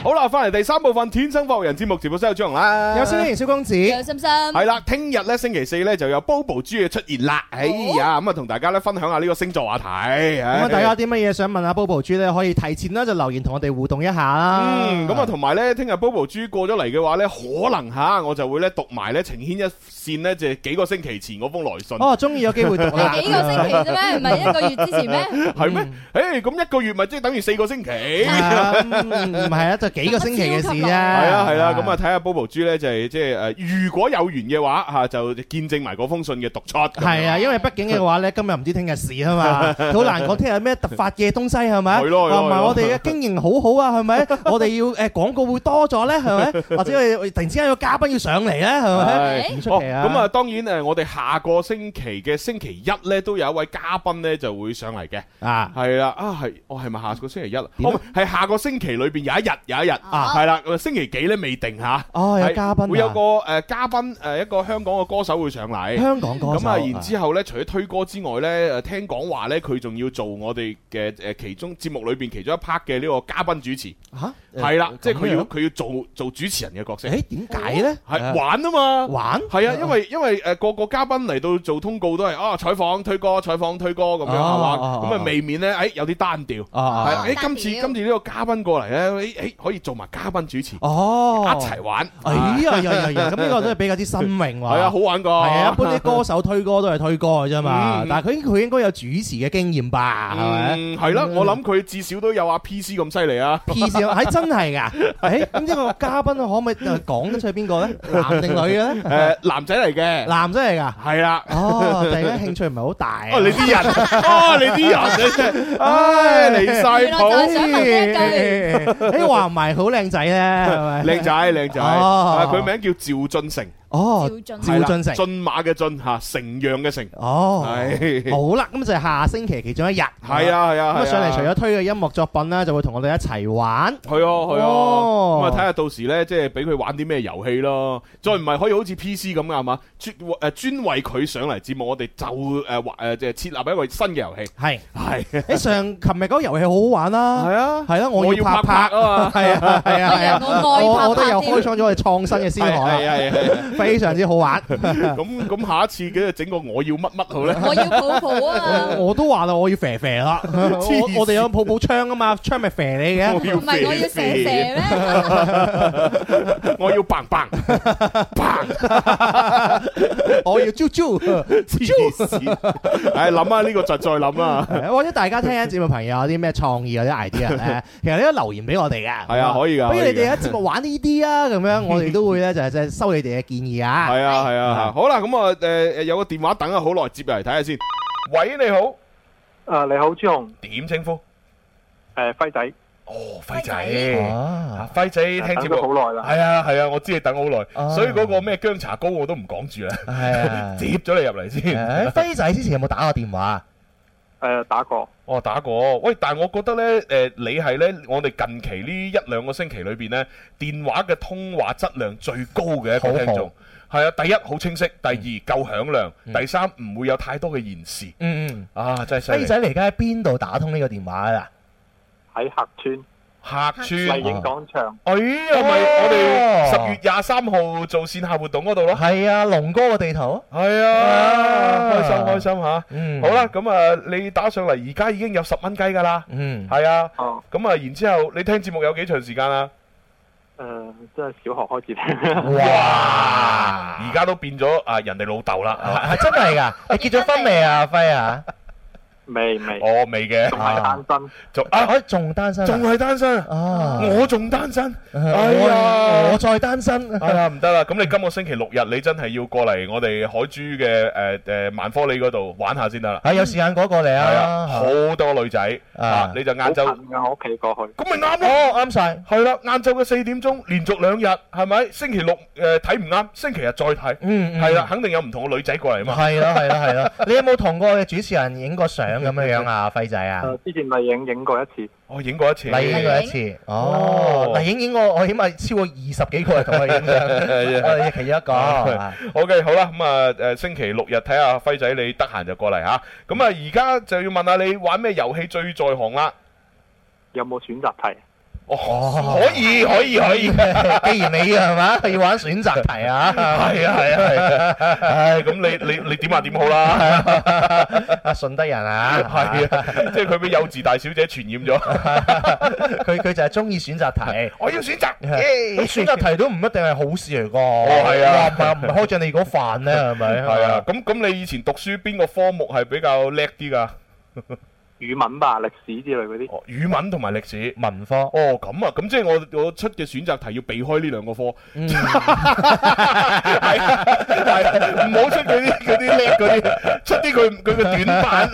A: 好啦，翻嚟第三部分《天生快活人》節目直播室有張龍啦，
E: 有蕭敬仁、蕭公子，
F: 有心心。
A: 系啦，聽日咧星期四咧就有 Bobo 豬嘅出現啦，哎呀，咁啊同大家咧分享下呢個星座話題。
E: 咁
A: 咁
E: 啊，大家有啲乜嘢想問下 Bobo 豬咧，可以提前咧就留言同我哋互動一下啦。
A: 嗯，咁啊，同埋咧，聽日 Bobo 豬過咗嚟嘅話咧，可能吓我就會咧讀埋咧情牽一線咧，就係幾個星期前嗰封來信。
E: 哦，中意有機會讀啦。
F: 係 幾個星期啫咩？唔係一個月之前咩？
A: 係
E: 嗯
A: 咩？誒，咁一個月咪即係等於四個星期。係
E: 啊嗯唔係啊，就幾個星期 嘅事啫。係
A: 啊，係啊，咁啊，睇下 Bobo 豬咧，就係即係誒，如果有緣嘅話嚇，就見證埋嗰封信嘅讀出。
E: 係啊，因為畢竟嘅話咧，今日唔知聽日事 啊嘛，好難講聽日有咩突發嘅東西係咪？
A: 係咯係咯
E: 同埋
A: 係咯
E: 我哋嘅經營好好啊，係咪？我哋要誒廣告會多咗咧，係咪？或者我哋突然之間有嘉賓要上嚟咧，係咪？
A: 係
E: 唔出奇啊！
A: 哦咁啊，當然誒，我哋下個星期嘅星期一咧，都有一位嘉賓咧就會上嚟嘅。
E: 啊
A: 係啦，啊係，我係咪下個星期一啊？
E: 點
A: 哦，
E: 啊
A: 唔係係下個星期裏邊有一日，有一日
F: 啊
A: 係啦，星期幾咧未定嚇。
E: 哦，有
A: 係
E: 嘉賓啊
A: 會有個誒嘉賓誒一個香港嘅歌手會上嚟。
E: 香港歌手
A: 咁啊，然之後咧，除咗推歌之外咧，誒聽講話咧，佢仲要做我哋嘅誒其中節目裏邊其中一 part 嘅呢個嘉賓主持，
E: 嚇
A: 係啦，即係佢要
E: 誒
A: 佢要做做主持人嘅角色，
E: 誒點解咧？
A: 係玩啊嘛。
E: 玩
A: 係啊，因為因為誒個個嘉賓嚟到做通告都係啊採訪推歌採訪推歌咁樣係嘛，
E: 啊啊
A: 咁啊未免咧誒有啲單調。
E: 啊
A: 係誒今次今次呢個嘉賓過嚟咧，誒誒可以做埋嘉賓主持，一
E: 哦，
A: 齊玩。
E: 哎呀呀呀呀！咁呢個都係比較啲新穎喎。
A: 係啊，好玩噶。
E: 係啊，一般啲歌手推歌都係推歌嘅啫嘛
A: 嗯，
E: 但係佢佢應該有主持嘅經驗吧，係啊咪？
A: 嗯，係啦，我諗佢至少都有阿 PC 咁犀利 啊。
E: P 笑係真係㗎，誒咁呢個嘉賓可唔可以誒講得出係邊個咧？男定女嘅咧？
A: 誒，男仔嚟嘅，
E: 男真係㗎，
A: 係 啦。
E: 哦，突然間興趣唔係好大啊
A: 哦，你啲人， 哦，你啲人，你真係，
E: 哎 à.
A: 唉，離晒
F: 原來就係
A: 譜。
F: 想問呢
E: 誒話唔係好靚仔咧，係 咪？
A: 靚仔，靚仔，
E: 哦
A: 啊佢名叫趙俊成，
E: 哦，
F: 一句，趙
E: 趙
F: 俊
A: 係啦
E: 俊成
A: 駿馬嘅駿嚇，成樣嘅成，
E: 哦，
A: 係
E: 好啦，咁就係下星期其中一日，
A: 係。啊，係啊，
E: 咁啊
A: 係啊
E: 上嚟除咗推嘅音樂作品啦，就會同我哋一齊玩。
A: 係啊，係啊，咁啊
E: 哦
A: 睇下到時咧，即係俾佢玩啲咩遊戲咯。再唔係可以好似 PC 咁啊係嘛，專誒專為佢上嚟節目，我哋就誒玩誒即係設立一個新嘅遊戲，
E: 係，
A: 係
E: 誒上琴日嗰個遊戲好好玩啦，
A: 係 啊，
E: 係啦，
A: 我
E: 我
A: 要
E: 要
A: 拍拍
E: 拍拍
A: 啊嘛
E: 係 啊係啊係啊，
F: 我愛拍拍
E: 我覺得又
F: 添
E: 開創咗我哋啊創新嘅先河
A: 係啊
E: 啦，
A: 係係係
E: 非常之好 玩。
A: 咁咁下一次嘅整個我要乜乜好咧？
F: 我要抱抱啊！
E: 我都話啦，我要肥肥 啦，
A: 黐
E: 我
A: 線
E: 我哋有抱抱槍啊嘛，槍咪肥你 嘅。
F: 唔係我要射射咩？
A: 我要 bang bang bang，
E: 我要啾啾，
A: 黐線！ 唉，諗啊下呢個就再諗啊啦。
E: 啊或者大家聽緊節目朋友有啲咩創意有啲 idea 咧，其實你都留言俾我哋嘅。
A: 係啊可以㗎
E: 不如你
A: 可以㗎
E: 哋喺節目玩呢啲啊，咁樣我哋都會咧就係就係收你哋嘅建議啊。
A: 係啊係啊，嚇好啦，咁啊誒有個電話等咗好耐，接入嚟睇下先。喂，你好，
H: 啊，你好，朱紅，
A: 點稱呼？
H: 誒輝仔，
A: 哦，
B: 輝仔
E: 啊
A: 啊，輝仔聽
H: 等
A: 節
H: 咗
A: 目
H: 好耐啦。
A: 係啊係啊，我知你等好耐，
E: 啊
A: 所以嗰個咩薑茶膏我都唔講住啦，
E: 係啊
A: 接咗你入嚟先。
E: 誒輝仔之前有冇打過電話啊？
H: 誒打過，
A: 我哦打過，喂，但係我覺得呢，誒、你係呢，我哋近期呢一兩個星期裏邊呢，電話嘅通話質量最高嘅一個聽眾。係啊，第一好清晰，第二夠響亮，第三唔會有太多嘅延時。
E: 嗯嗯。
A: 啊，真係犀
E: 輝
A: 利！
E: 仔嚟而家喺邊度打通呢個電話啊？
A: 哦
H: 喺客村，
A: 客
J: 村麗影廣
A: 場。哎呀，哦咪我哋十月廿三號做線下活動嗰度咯。
E: 係啊，龍哥嘅地圖。
A: 係啊，開心開心嚇。好啦，咁啊，你打上嚟，而家已經有十蚊雞㗎啦。
E: 嗯，
A: 係啊。
H: 哦
A: 咁啊，然之後你聽節目有幾長時間啊？
J: 誒，即呃係小學開始 聽。
A: 哇！而家都變咗啊，人哋老豆啦，係
E: 真係㗎！你結咗婚未啊，輝啊？
J: 未未，
A: 我未嘅，
J: 仲係單身，
A: 仲哦啊，
E: 我仲單身啊，
A: 仲係單身
E: 啊！
A: 我仲單身，哎
E: 我
A: 呀
E: 我！再單身。
A: 哎呀，唔得啦！咁你今個星期六日你真係要過嚟我哋海珠嘅誒誒萬科里嗰度玩下先得啦。
E: 啊，有時間嗰個嚟
A: 係啊，
E: 啊，
A: 好多女仔啊，你就晏晝
H: 哦
J: 我屋企過去。
A: 咁咪啱咯。
E: 哦，啱晒。
A: 係啦，晏晝嘅四點鐘連續兩日係咪？星期六誒睇唔啱，星期日再睇。
E: 嗯啊嗯
A: 係啦，肯定有唔同嘅女仔過嚟嘛。
E: 係啦，係啦，係啦。你有冇同過嘅主持人影過相咁樣樣啊，輝仔啊？
J: 誒，之前麗影影過一次，
A: 我哦影過一次。
E: 麗影過一次，哦，麗影影過，我起碼超過二十幾個係同我影 相，我哋其中一個。
A: 哦
E: 啊
A: O K，好啦，咁啊，誒星期六日睇下輝仔你得閒就過嚟嚇。咁啊，而家就要問下你玩咩遊戲最在行啦。
J: 有冇選擇題？
A: 哦，可以，可以，可以。
E: 既然你啊係嘛要玩選擇題啊，
A: 係啊，係啊，係啊。唉，咁你你你點話點好啦？
E: 啊順德人啊，
A: 係啊，即係佢俾幼稚大小姐傳染咗。
E: 佢佢就係中意選擇題。
A: 我要選擇。
E: 咁選擇題都唔一定係好事嚟㗎。
A: 哦係啊
E: 哇唔係唔係開正你嗰飯咧，係咪？
A: 係啊，咁咁你以前讀書邊個科目係比較叻啲㗎？
J: 語文吧、歷史之類嗰啲。
A: 哦語文同埋歷史。
E: 文科。
A: 哦，咁啊，咁即係我我出嘅選擇題要避開呢兩個科。
E: 嗯
A: 係啊，係啊唔好出嗰啲嗰啲叻嗰啲，出啲佢佢嘅短板。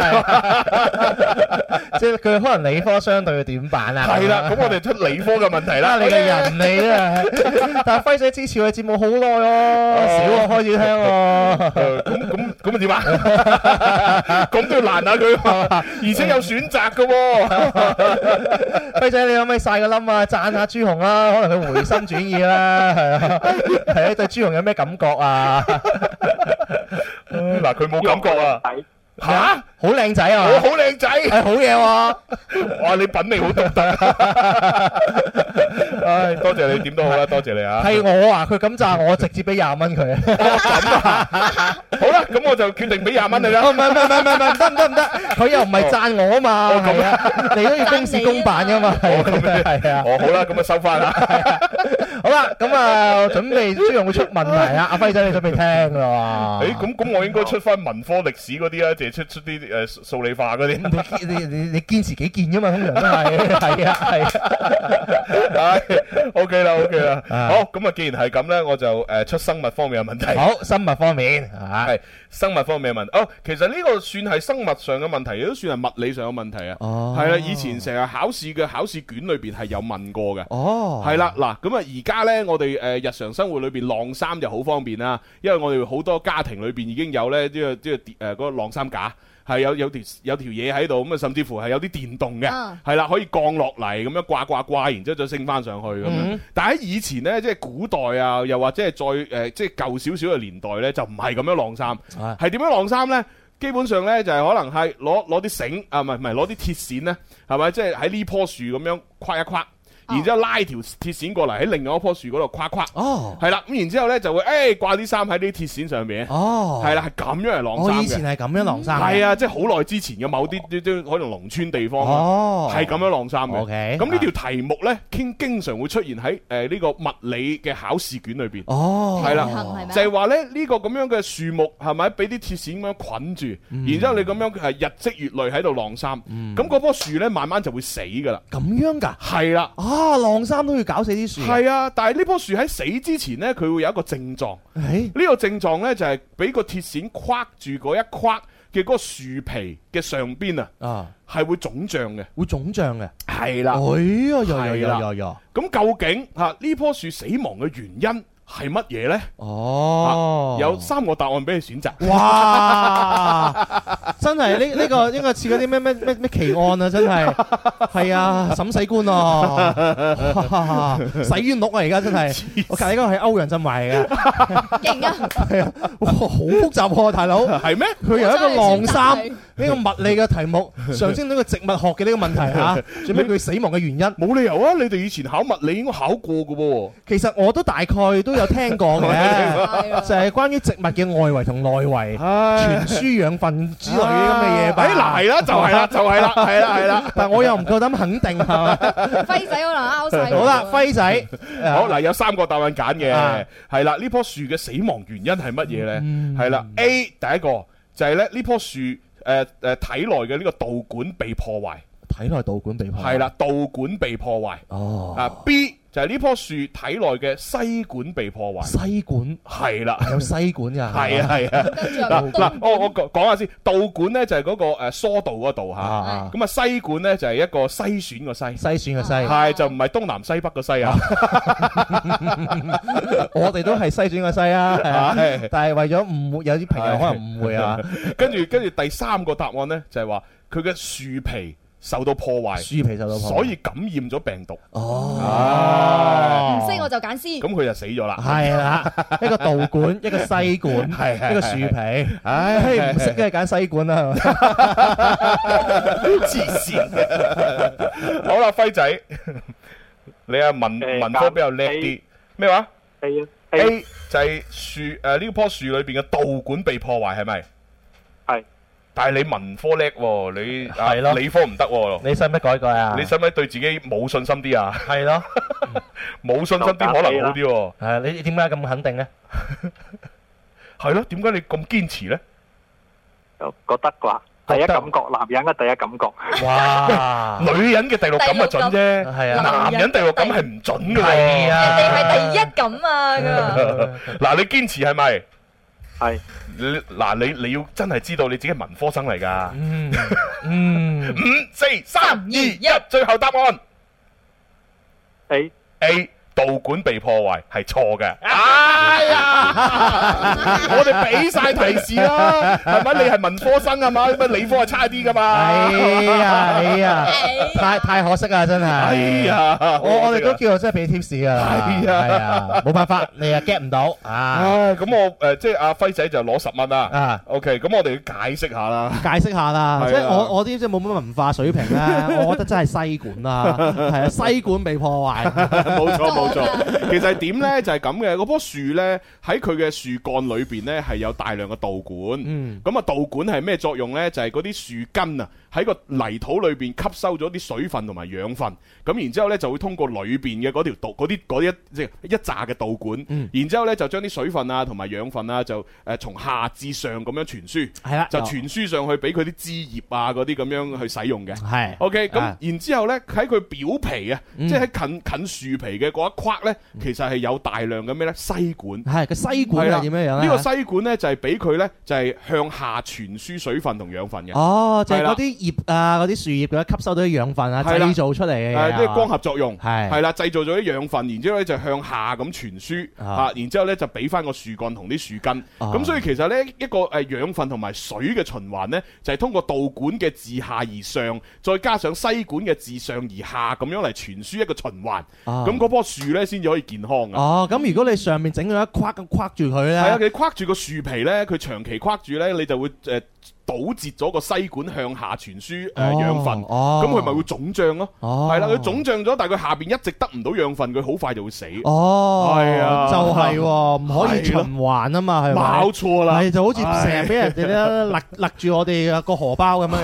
E: 即係佢可能理科相對嘅短板啊。
A: 係啦，咁我哋出理科嘅問題啦。哎
E: 啦，啊你嘅人嚟啊！ 但係輝仔支持我嘅節目好耐哦，小學開始聽喎。
A: 誒咁咁咁啊點啊？咁都要難下佢啊，而且有選擇嘅喎。
E: 輝仔，你可唔可以晒個冧啊？讚下朱紅啦，可能佢回心轉意啦，係啊，係啊，對朱紅有咩感覺啊？
A: 嗱，佢冇感覺啊！
J: 睇
A: 吓，
E: 好靚仔嗯啊！
A: 我好靚
E: 係
A: 仔，
E: 好嘢喎！
A: 哇！你品味好獨特。唉，多謝你，點都好啦，多謝你啊。
E: 係我啊，佢咁讚我，直接俾廿蚊佢。
A: 好啦，咁我就決定俾廿蚊你啦。
E: 哦唔係唔係唔係唔係唔得唔得唔得，佢又唔係讚我啊嘛，
A: 哦咁
E: 係啊，你都要公事公辦 噶嘛，係啊係啊。
A: 哦，好啦，咁啊收翻啦。
E: 好啦，咁啊，準備朱容會出問題啊 啦，阿輝仔你準備聽啦喎。
A: 誒，咁咁我應該出翻文科歷史嗰啲啊，淨係出出啲誒數理化嗰啲。
E: 你你你你堅持己見噶嘛，通常都係 係啊係啊。
A: 唉，OK 啦，OK 啦。
E: 啊
A: 好，咁啊，既然係咁咧，我就誒出生物方面嘅問題。
E: 好，生物方面啊，
A: 係生物方面嘅問題。哦，其實呢個算係生物上嘅問題，亦都算係物理上嘅問題啊。
E: 哦
A: 係啦，以前成日考試嘅考試卷裏邊係有問過嘅。
E: 哦
A: 係啦，嗱，咁啊，而家呢，我哋呃誒日常生活裏邊晾衫就好方便啦，因為我哋好多家庭裏邊已經有咧，即係即係誒嗰個晾衫架。係有有條有條嘢喺度，咁啊甚至乎係有啲電動嘅，
F: 嗯
A: 係啦、可以降落嚟咁樣啊掛掛掛，然之後再升翻上去咁樣。但喺以前呢，即係古代啊，又或者係再誒、呃即係舊少少嘅年代呢，就唔係咁樣晾衫，
E: 啊
A: 係點樣晾衫呢？基本上呢，就係、可能係攞攞啲繩啊，唔係唔係攞啲鐵線呢，係咪？即係喺呢棵樹咁樣跨一跨，然之後拉條鐵線過嚟喺另外一棵樹嗰度跨跨，
E: 哦
A: 係啦、咁然之後呢，就會誒掛啲衫喺啲鐵線上面，
E: 哦，
A: 係啦、係咁樣嚟晾
E: 我
A: 衫
E: 以
A: 嘅
E: 前。係咁樣晾衫，
A: 係，啊，即係好耐之前嘅某啲啲啲可能農村地方啊
E: 哦
A: 係咁樣晾衫
E: OK，啊
A: 嘅。咁呢條題目呢，經經常會出現喺誒呢個物理嘅考試卷裏邊。
E: 哦，
A: 係
F: 平衡
A: 啦
F: 係，咪
A: 就係話咧呢個咁樣嘅樹木係咪俾啲鐵線咁樣捆住，然之後你咁樣係日積月累喺度晾衫，咁嗰棵樹呢，慢慢就會死㗎啦。
E: 嗯咁樣㗎，
A: 嗯係啦，
E: 啊，晾衫都要搞死啲樹，，
A: 係啊，但係呢棵樹喺死之前呢，佢會有一個症狀。
E: 誒，
A: 呢個症狀呢，就係俾個鐵線框住嗰一框嘅嗰個樹皮嘅上邊啊。
E: 啊，
A: 係會腫脹嘅。
E: 會腫脹嘅，
A: 係
E: 哎呀，。呀呀
A: 係啦
E: 呀呀呀，
A: 咁究竟嚇呢棵樹死亡嘅原因係乜嘢呢？
E: 哦
A: 啊，有三個答案俾你選擇。
E: 哇！真係呢呢個呢個似嗰啲咩咩咩咩奇案啊！真係係啊，審死 官啊，洗冤錄啊！而家真係，我隔離嗰個係歐陽震華嚟嘅，
F: 勁啊！
E: 係啊，哇，好複雜喎，大佬！
A: 係咩？
E: 佢由一個晾衫，呢個物理嘅 題目上升到呢個植物學嘅呢個問題嚇，最尾佢死亡嘅原因。
A: 冇理由啊！你哋以前考物理應該考過嘅喎。
E: 其實我都大概都有 聽過嘅，就係關於植物嘅外圍同內圍傳輸養分之類啲咁嘅嘢吧。
A: 哎嗱係啦就係 啦就係啦係啦係啦
E: 但我又唔夠膽肯定係嘛。
F: 輝仔可能拗晒。
E: 好 啦，輝仔，
A: 好嗱，有三個答案揀
E: 啊
A: 嘅，係啦，呢棵樹嘅死亡原因係乜嘢呢？
E: 嗯
A: 係啦，A 第一個就係咧呢棵樹誒誒體內嘅呢個導管被破壞，
E: 體內導管被破。
A: 係啦，導管被破壞。
E: 哦。
A: 啊 B 就係呢棵樹體內嘅西管被破壞。
E: 西管
A: 係 啦。
E: 有西管 㗎。
A: 係啊係啊，嗱嗱，我我講講下先，導管咧就係嗰個誒疏導嗰度
E: 啊
A: 嚇，咁啊西管咧就係一個篩選個篩，
E: 篩選嘅篩
A: 係就唔係東南西北個西啊，
E: 我哋都係西轉嘅西啊，係啊
A: 係
E: 但係為咗誤會，有啲朋友可能誤會啊。
A: 跟住跟住第三個答案咧就係話佢嘅樹皮受到破壞，
E: 樹皮受到破壞哦
A: 所以感染咗病毒，
F: 唔
A: 哦，
F: 識我就揀 C。
A: 咁佢就死 咗啦，
E: 係啦，一個導管，一個西 管，
A: 係係
E: 一個樹皮。
A: 唉
E: 唉，唔識梗係揀西啊管啦。 係嘛
A: 黐線嘅， 好啦，輝仔，你啊文
J: 誒
A: 文科比較叻啲，咩話？
J: A 啊
A: A 就係樹誒呢棵樹裏邊嘅導管被破壞係咪？
J: 係。
A: 但係你文科叻喎，你啊
E: 係咯
A: 理科唔得喎。
E: 你使唔使改改啊？
A: 你使唔使對自己冇信心啲 啊？
E: 係咯，
A: 冇信心啲可能好啲喎。
E: 係你你點解咁肯定咧？
A: 係咯，點解你咁堅持呢？
J: 就覺得啩，第一感覺，男人嘅第一感覺，
E: 哇！
A: 女人嘅第六感啊準啫，
E: 係啊，
A: 男人第六感係唔準嘅
E: 係
A: 喎。
E: 啊，
A: Ờ. 嗱，你堅持係咪？
J: 係
A: 你嗱，你你要真係知道你自己係文科生嚟㗎。
E: 嗯嗯，
A: 五、四、三、二、一，最後答案。
J: A
A: A 導管被破壞係錯 嘅。哎呀， 我哋俾晒提示啦，係咪？你係文科生啊嘛，乜理科係差啲噶嘛
E: 哎？呀哎呀，太太可惜啊，真係。
A: 哎呀，
E: 我我哋都叫做真係俾 tips 噶啦，
A: 係啊
E: 係啊，冇辦法，你啊 get 唔到啊，
A: 唉，咁我诶，即係阿輝仔就攞十蚊啦
E: 啊。
A: OK，咁我哋要解釋下啦。
E: 解釋下啦
A: 係啊，
E: 即係我我啲即係冇乜文化水平 咧，我覺得真係西管啦，係啊，西管被破 壞，
A: 冇 錯冇錯，其實係點呢？就係咁嘅，嗰棵樹呢，喺佢嘅樹幹裏邊呢，係有大量嘅導管，
E: 嗯
A: 咁啊導管係咩作用呢？就係嗰啲樹根啊喺個泥土裏邊吸收咗啲水分同埋養分，咁然之後呢，就會通過裏邊嘅嗰條導嗰啲嗰一即係一紮嘅導管，
E: 嗯
A: 然之後呢，就將啲水分啊同埋養分啊就誒從下至上咁樣傳輸，
E: 係啦
A: 就
E: 有
A: 傳輸上去俾佢啲枝葉啊嗰啲咁樣去使用嘅。
E: 係
A: O.K. 咁
E: 啊
A: 然之後呢，喺佢表皮啊，
E: 嗯
A: 即係喺近近樹皮嘅嗰一框呢，其實係有大量嘅咩呢？西管。
E: 係個西管
A: 係啦
E: 係點樣樣
A: 呢
E: 咧？
A: 個西管呢，就係俾佢呢，就係向下傳輸水分同養分嘅，
E: 哦，就係
A: 係啦
E: 嗰啲葉啊，嗰啲樹葉佢吸收到啲養分啊，
A: 係啦
E: 製造出嚟嘅嘢啊
A: 誒即係光合作用。
E: 係
A: 係啦，製造咗啲養分，然之後咧就向下咁傳輸，
E: 啊
A: 啊，然之後咧就俾翻個樹幹同啲樹根，
E: 啊
A: 咁所以其實呢，一個誒養分同埋水嘅循環呢，就係通過導管嘅自下而上，再加上西管嘅自上而下咁樣嚟傳輸一個循環，
E: 啊
A: 咁嗰棵樹呢，先至可以健康啊。
E: 哦，咁如果你上面整咗一框咁框住佢
A: 係啊，
E: 咧，
A: 你框住個樹皮呢，佢長期框住呢，你就會誒堵截咗個西管向下傳輸誒呃養分，
E: 哦
A: 咁佢咪會腫脹咯。
E: 哦
A: 係啦，佢腫脹咗，但係佢下邊一直得唔到養分，佢好快就會死。
E: 哦，
A: 係啊
E: 就 係喎，唔可以
A: 係咯
E: 循環啊嘛，係咪？
A: 冇錯啦，
E: 係就好似成日俾人哋咧 勒勒住我哋個荷包咁樣樣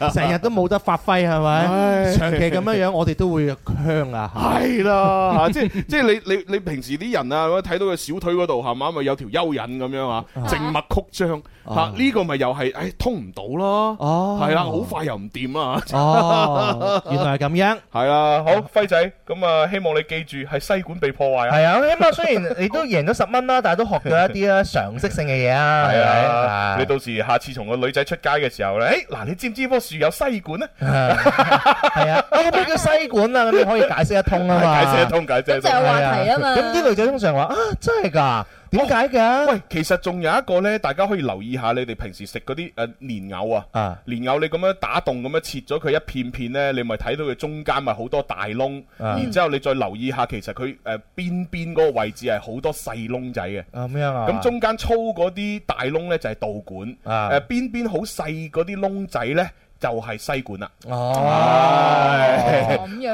E: 啦，成日都冇得發揮係咪？長期咁樣樣，我哋都會香 啊！
A: 係啦， 嚇即係即係你你你平時啲人啊，睇到佢小腿嗰度係嘛，咪有條蚯蚓咁樣啊，靜脈曲張嚇，
E: 啊
A: 呢個咪又係誒通唔到咯，
E: 哦，
A: 係啦，好快又唔掂啊，
E: 哦，原來係咁樣。
A: 係啦，啊好輝仔，咁啊希望你記住係西管被破壞啊。
E: 係啊，起碼雖然你都贏咗十蚊啦，但係都學到一 啲啊常識性嘅嘢啊，
A: 系
E: 係咪
A: 啊，你到時下次同個女仔出街嘅時候咧，诶，嗱，你知唔知棵樹有西管咧？
E: 係啊，我咩叫西管啊？咁你可以解釋得通啊嘛。
A: 解釋得通，解釋得
E: 哎
F: 就
A: 通。
F: 有話題啊嘛哦
E: 咁啲女仔通常話啊，真係㗎，
A: 點解嘅？喂，其實仲有一個呢，大家可以留意下，你哋平時食嗰啲誒蓮藕啊，蓮藕你咁樣打洞咁樣切咗佢一片片呢，你咪睇到佢中間咪好多大窿，
E: 啊
A: 然之後你再留意下，其實佢誒邊邊嗰個位置係好多細窿仔嘅。
E: 啊咩啊？
A: 咁中間呃粗嗰啲大窿呢，就係導管，
E: 啊
A: 誒邊邊好細嗰啲窿仔呢，就係西管啦。係
E: 哦，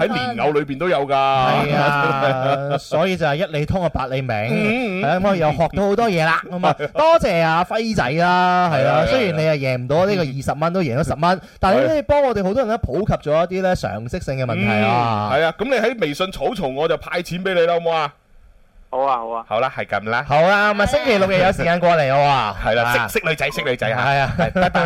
A: 喺蓮藕裏邊都有㗎。係
E: 係啊，哎所以就係一理通啊百理明，
A: 嗯嗯
E: 係啊咁我又學到好多嘢啦， 咁啊多謝阿輝仔啦，係
A: 係啊
E: 啊，雖然你啊贏唔到
A: 嗯
E: 呢個二十蚊，都贏咗十蚊，但係
A: 係
E: 你幫我哋好多人咧普及咗一啲咧常識性嘅問題啊。
A: 嗯係啊，咁你喺微信草叢我就派錢俾你啦，好唔好啊？
H: 好啊，好啊。
A: 好啦，係咁啦。
E: 好啦，咁啊星期六日有時間過嚟我啊，
A: 係啦，識識女仔，識女仔嚇。
E: 係啊，
A: 拜拜。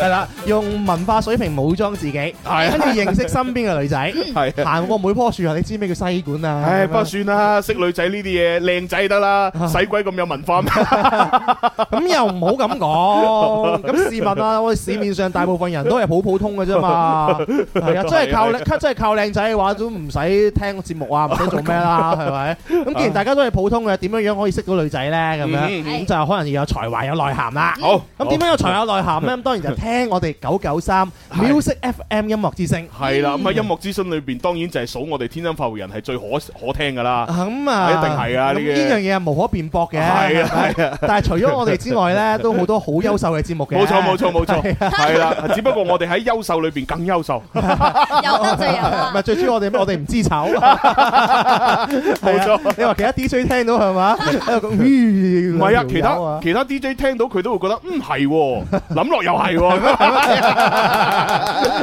E: 係啦，用文化水平武裝自己，
A: 啊
E: 跟住認識身邊嘅女仔，
A: 係啊。
E: 行過每棵樹啊，你知咩叫西管啊？
A: 唉，不過
E: 咁樣
A: 算啦，識女仔呢啲嘢，靚仔得啦，
E: 啊
A: 使鬼咁有文化咩？
E: 咁又唔好咁 講，咁試問啊，我哋市面上大部分人都係普普通嘅 啫嘛，係啊，真係靠
A: 都係
E: 靚，真係靠靚仔嘅話，都唔使聽節目啊，唔使做咩 啦，係咪？咁既然大家都係普通嘅，點樣樣可以識到女仔呢？咁
A: 啊嗯
E: 樣咁就可能要有才華有內涵啦。
A: 好，
E: 啊咁點樣啊有才華有內涵呢？咁當然就聽我哋九 九三 Music FM 音樂之聲。
A: 係啦，咁喺音樂諮詢裏邊，當然就係數我哋天生發育人係最可可聽噶啦。
E: 咁啊，
A: 一定係啊呢
E: 咁
A: 啲
E: 呢樣嘢係無可辯駁嘅。
A: 係啊
E: 咪
A: 係啊
E: 但係除咗我哋 之外呢，都好多好優秀嘅節目嘅。
A: 冇錯冇錯冇錯，
E: 係啊
A: 係啦，只不過我哋喺優秀裏邊更優 秀，
F: 有得罪人啦
E: 唔。係最主 要我哋我哋唔知醜，冇
A: 錯。
E: 你話其他 DJ 聽到 係嘛？喺度講咦
A: 唔係啊，
E: 條
A: 其
E: 友啊
A: 他其他 DJ 聽到佢都會覺得嗯係喎， 諗落又係喎，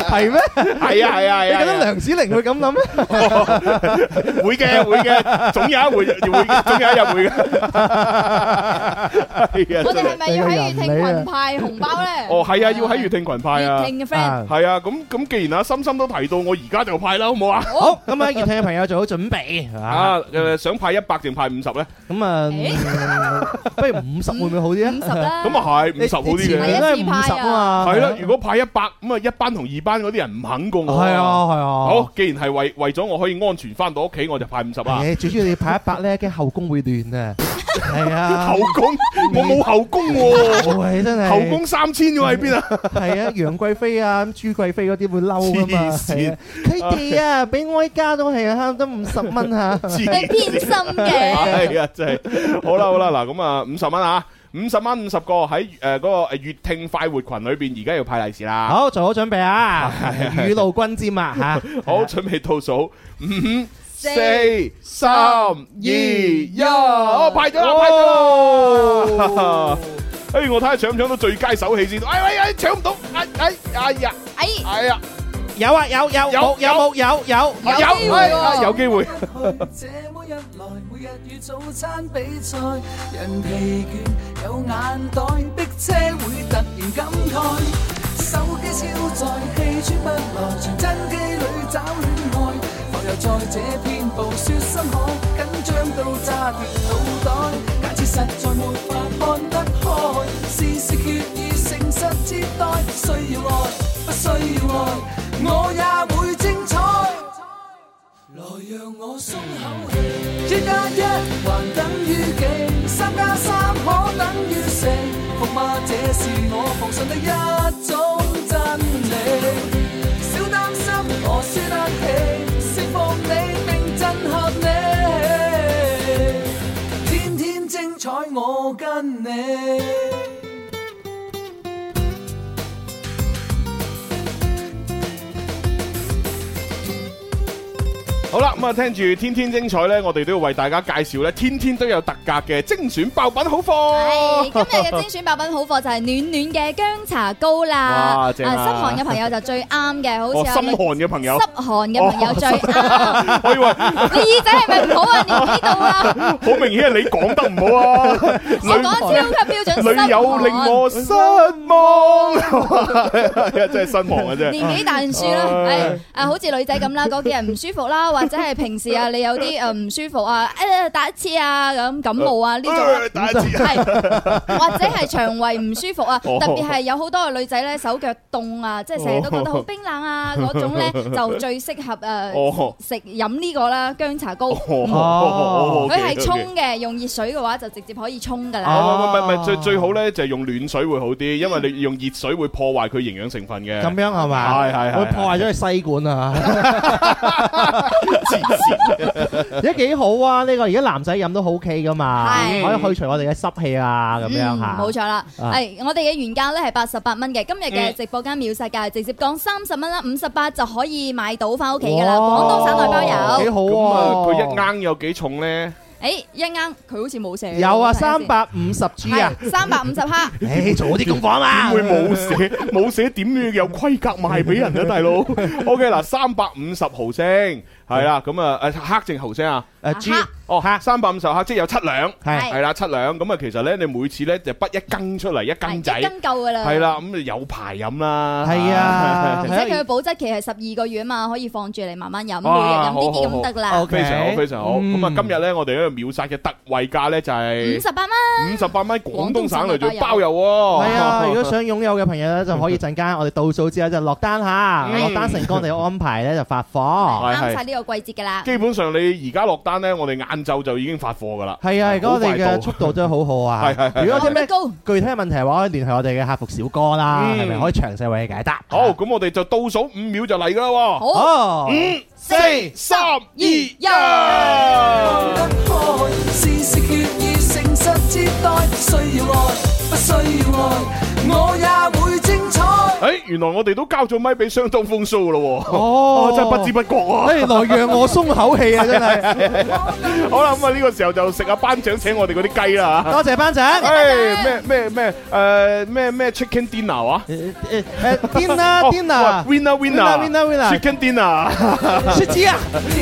E: 係咩？
A: 係啊係啊
E: 你
A: 係啊
E: 覺得梁子玲會咁諗咩？
A: 會嘅會嘅，總有一會會，總有一日 會嘅。係啊，
F: 我哋
A: 真係
F: 係咪要喺粵聽群派紅包咧？
A: 哦係啊，要
F: Ờ.
A: 喺粵聽群派啊
F: 粵。聽嘅 friend，
A: 係啊，咁咁既然阿心心都提到，我而家就派啦，好唔好啊？
E: 好咁啊！熱聽嘅朋友做好準備啊！
A: 啊，誒想派一百定派五十咧？
E: 咁啊，不如五十會唔會好啲
F: 五
E: 啊？
F: 十啦。
A: 咁啊係，
E: 你
A: 五十好啲
E: 你前
A: 嘅。
E: 面都係五十啊嘛，
A: 係啦，如果派一百，咁啊一班同二班嗰啲人唔肯過我。
E: 係啊係啊，
A: 好，既然係為為咗我可以安全翻到屋企，我就派五十啊啦。
E: 係最主要你派一百咧，驚後宮會亂 啊！係啊，
A: 後 宮，我冇後宮喎，
E: 喂真係
A: 後宮三千嘅喺邊啊？
E: 係啊，楊貴妃啊、咁朱貴妃嗰啲會嬲噶嘛？
A: 黐線
E: 係啊佢哋啊，俾哀家都係慳得五十 蚊嚇。
A: 黐
F: 你偏心嘅，
A: 係啊，真係好啦好啦，嗱咁啊，五十蚊啊，五十蚊五十個喺誒呃嗰個誒粵聽快活群裏邊，而家要派利是啦。
E: 好，做好準備啊！ 雨露均 沾啊嚇！
A: 好，準備倒數，五、四、三、二、一，哦，派咗啦，派咗啦！ 哎，我睇下搶唔搶到最佳手氣先。哎哎哎，搶唔到！哎哎哎呀，
F: 哎，
A: 哎呀，
E: 有啊有
A: 有
E: 有冇有冇有有
A: 有
F: 有機會
A: 哎
F: 喎
A: 哎有機會。
G: 這麼一來，每日與早餐比賽，人疲倦有眼袋，逼車會突然感慨。手機超載，氣喘不來，傳真機裏找戀愛。浮游在這片暴雪深海，緊張到炸斷腦袋。假設實在沒法看得開，事事決意誠實接待，需要愛，不需要愛，我也會精彩。來讓我鬆口氣，一加一還等於幾？三加三可等於四？伏馬這是我奉信的一種真理。小擔心我輸得起，釋放你並震撼你，天天精彩我跟你。
A: 好啦，咁啊，聽住天天精彩咧，我哋都要為大家介紹咧，天天都有特價嘅精選爆品好
F: 係今
A: 貨。
F: 日嘅精選爆品好貨就係暖暖嘅薑茶膏啦，
A: 哇
F: 啊
A: 正啊
F: 濕寒嘅朋友就最啱嘅，好
A: 哦，
F: 似
A: 心
F: 有
A: 寒哦嘅朋友，哎
F: 濕寒嘅朋友最啱。
A: 我以為
F: 你耳仔係咪唔好啊？連呢度 啊，
A: 好明顯係你講得唔好啊，
F: 我講超級標準濕
A: 女
F: 寒
A: 友令我失望，係啊，真係失望啊，真係。
F: 哎年紀大樹啦，係啊，好似女仔咁啦，嗰幾日唔舒服啦，或或者係平時啊，你有啲誒唔舒服啊，誒打一次啊咁感冒啊呢種啊
A: 呃，打一次
F: 係或者係腸胃唔舒服啊，
A: 哦
F: 特別係有好多嘅女仔咧手腳凍啊，即係成日都覺得好冰 冷啊嗰種咧，就最適合
A: 哦
F: 誒食飲呢個啦姜茶膏。
A: 哦
F: 佢係沖嘅，用熱水嘅話就直接可以沖㗎啦。
A: 哦，唔係唔係，最最好咧就係用暖水會好啲，因為你用熱水會破壞佢營養成分嘅。
E: 咁樣係嘛？
A: 係係係
E: 會破壞咗佢西管啊！ 而家幾好啊！呢個而家男仔飲都好 OK 噶嘛，
F: 係
E: 可以去除我哋嘅濕氣啊，咁樣嚇。
F: 嗯冇錯啦。
E: 啊
F: 係我哋嘅原價咧係八十八蚊嘅，今日嘅
A: 嗯
F: 直播間秒殺價係直接降三十蚊啦，五十八就可以買到翻屋企㗎啦。
E: 哇
F: 廣東省內包
E: 幾
F: 郵。
E: 哦好
A: 咁啊，佢一
E: 啊！
A: 啱有幾重咧？
F: 誒一啱，佢好似冇寫。
E: 有啊，
F: 睇下
E: 三
F: 先
E: 百五十 G 啊！
F: 係三百五十克。
E: 誒，做好啲功課
A: 點
E: 啦。
A: 會冇寫？冇寫點要有規格賣俾人啊，大佬？OK 嗱，三百五十毫升係啦，咁啊，誒克定毫升啊？
F: Ờ, À
E: 誒 G
A: 哦，克三百五十克，即係有七兩。
E: 係
A: 係啦，七兩咁啊，其實咧，你每次咧就畢一羹出嚟，一
F: 係
A: 羹
F: 一
A: 仔，
F: 斤夠㗎啦。
A: 係。啦，咁你有排飲啦，
E: 係啊
F: 而，且佢嘅保質期係十二個月啊嘛，可以放住嚟慢慢飲，每日
A: 啊
F: 飲啲啲咁得㗎啦。
A: 非常好，非常好。
E: 嗯
A: 咁啊，今日咧，我哋呢個秒殺嘅特惠價咧就
F: 五
A: 係
F: 十八蚊。
A: 五十八蚊，廣東省嚟做
F: 廣東省內
A: 包郵喎。
E: 係啊，如果想擁有嘅朋友咧，就可以陣間我哋倒數之後就落單嚇，
A: 嗯
E: 落單成功我哋安排咧就發貨。
A: 哦係
F: 啱晒呢個季節㗎啦。
A: 基本上你而家落單咧，我哋晏晝就已經發貨噶啦。
E: 係啊，而家我哋嘅速度真係好好啊！
A: 係係係
E: 如果有啲
F: 效率
E: 咩
F: 高。
E: 具體嘅問題嘅話，可以聯繫我哋嘅客服小哥啦，
A: 嗯
E: 係咪可以詳細為你解答？
A: 好，咁我哋就倒數五秒就嚟噶啦喎。
F: 好。啊
E: 哦，
A: Ừ. 四、三、二、一。
C: 得開，事事決意誠實接待，需要愛，不需要愛，我也會精彩。
A: 誒，哎原來我哋都交咗咪俾相當風騷咯喎。
E: 哦
A: 哦，真係不知不覺啊！
E: 哎，來讓我鬆口氣啊！真係，
A: 好啦，咁啊呢個時候就食下班長請我哋嗰啲雞啦嚇。
E: 多謝班長。
A: 誒咩咩咩誒咩咩 chicken dinner 啊？哦
E: 誒誒誒，dinner 啊 dinner，
A: winner winner
E: Winner, winner, winner.
A: chicken dinner，
E: 雪子啊！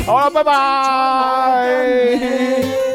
A: 好啦，拜拜。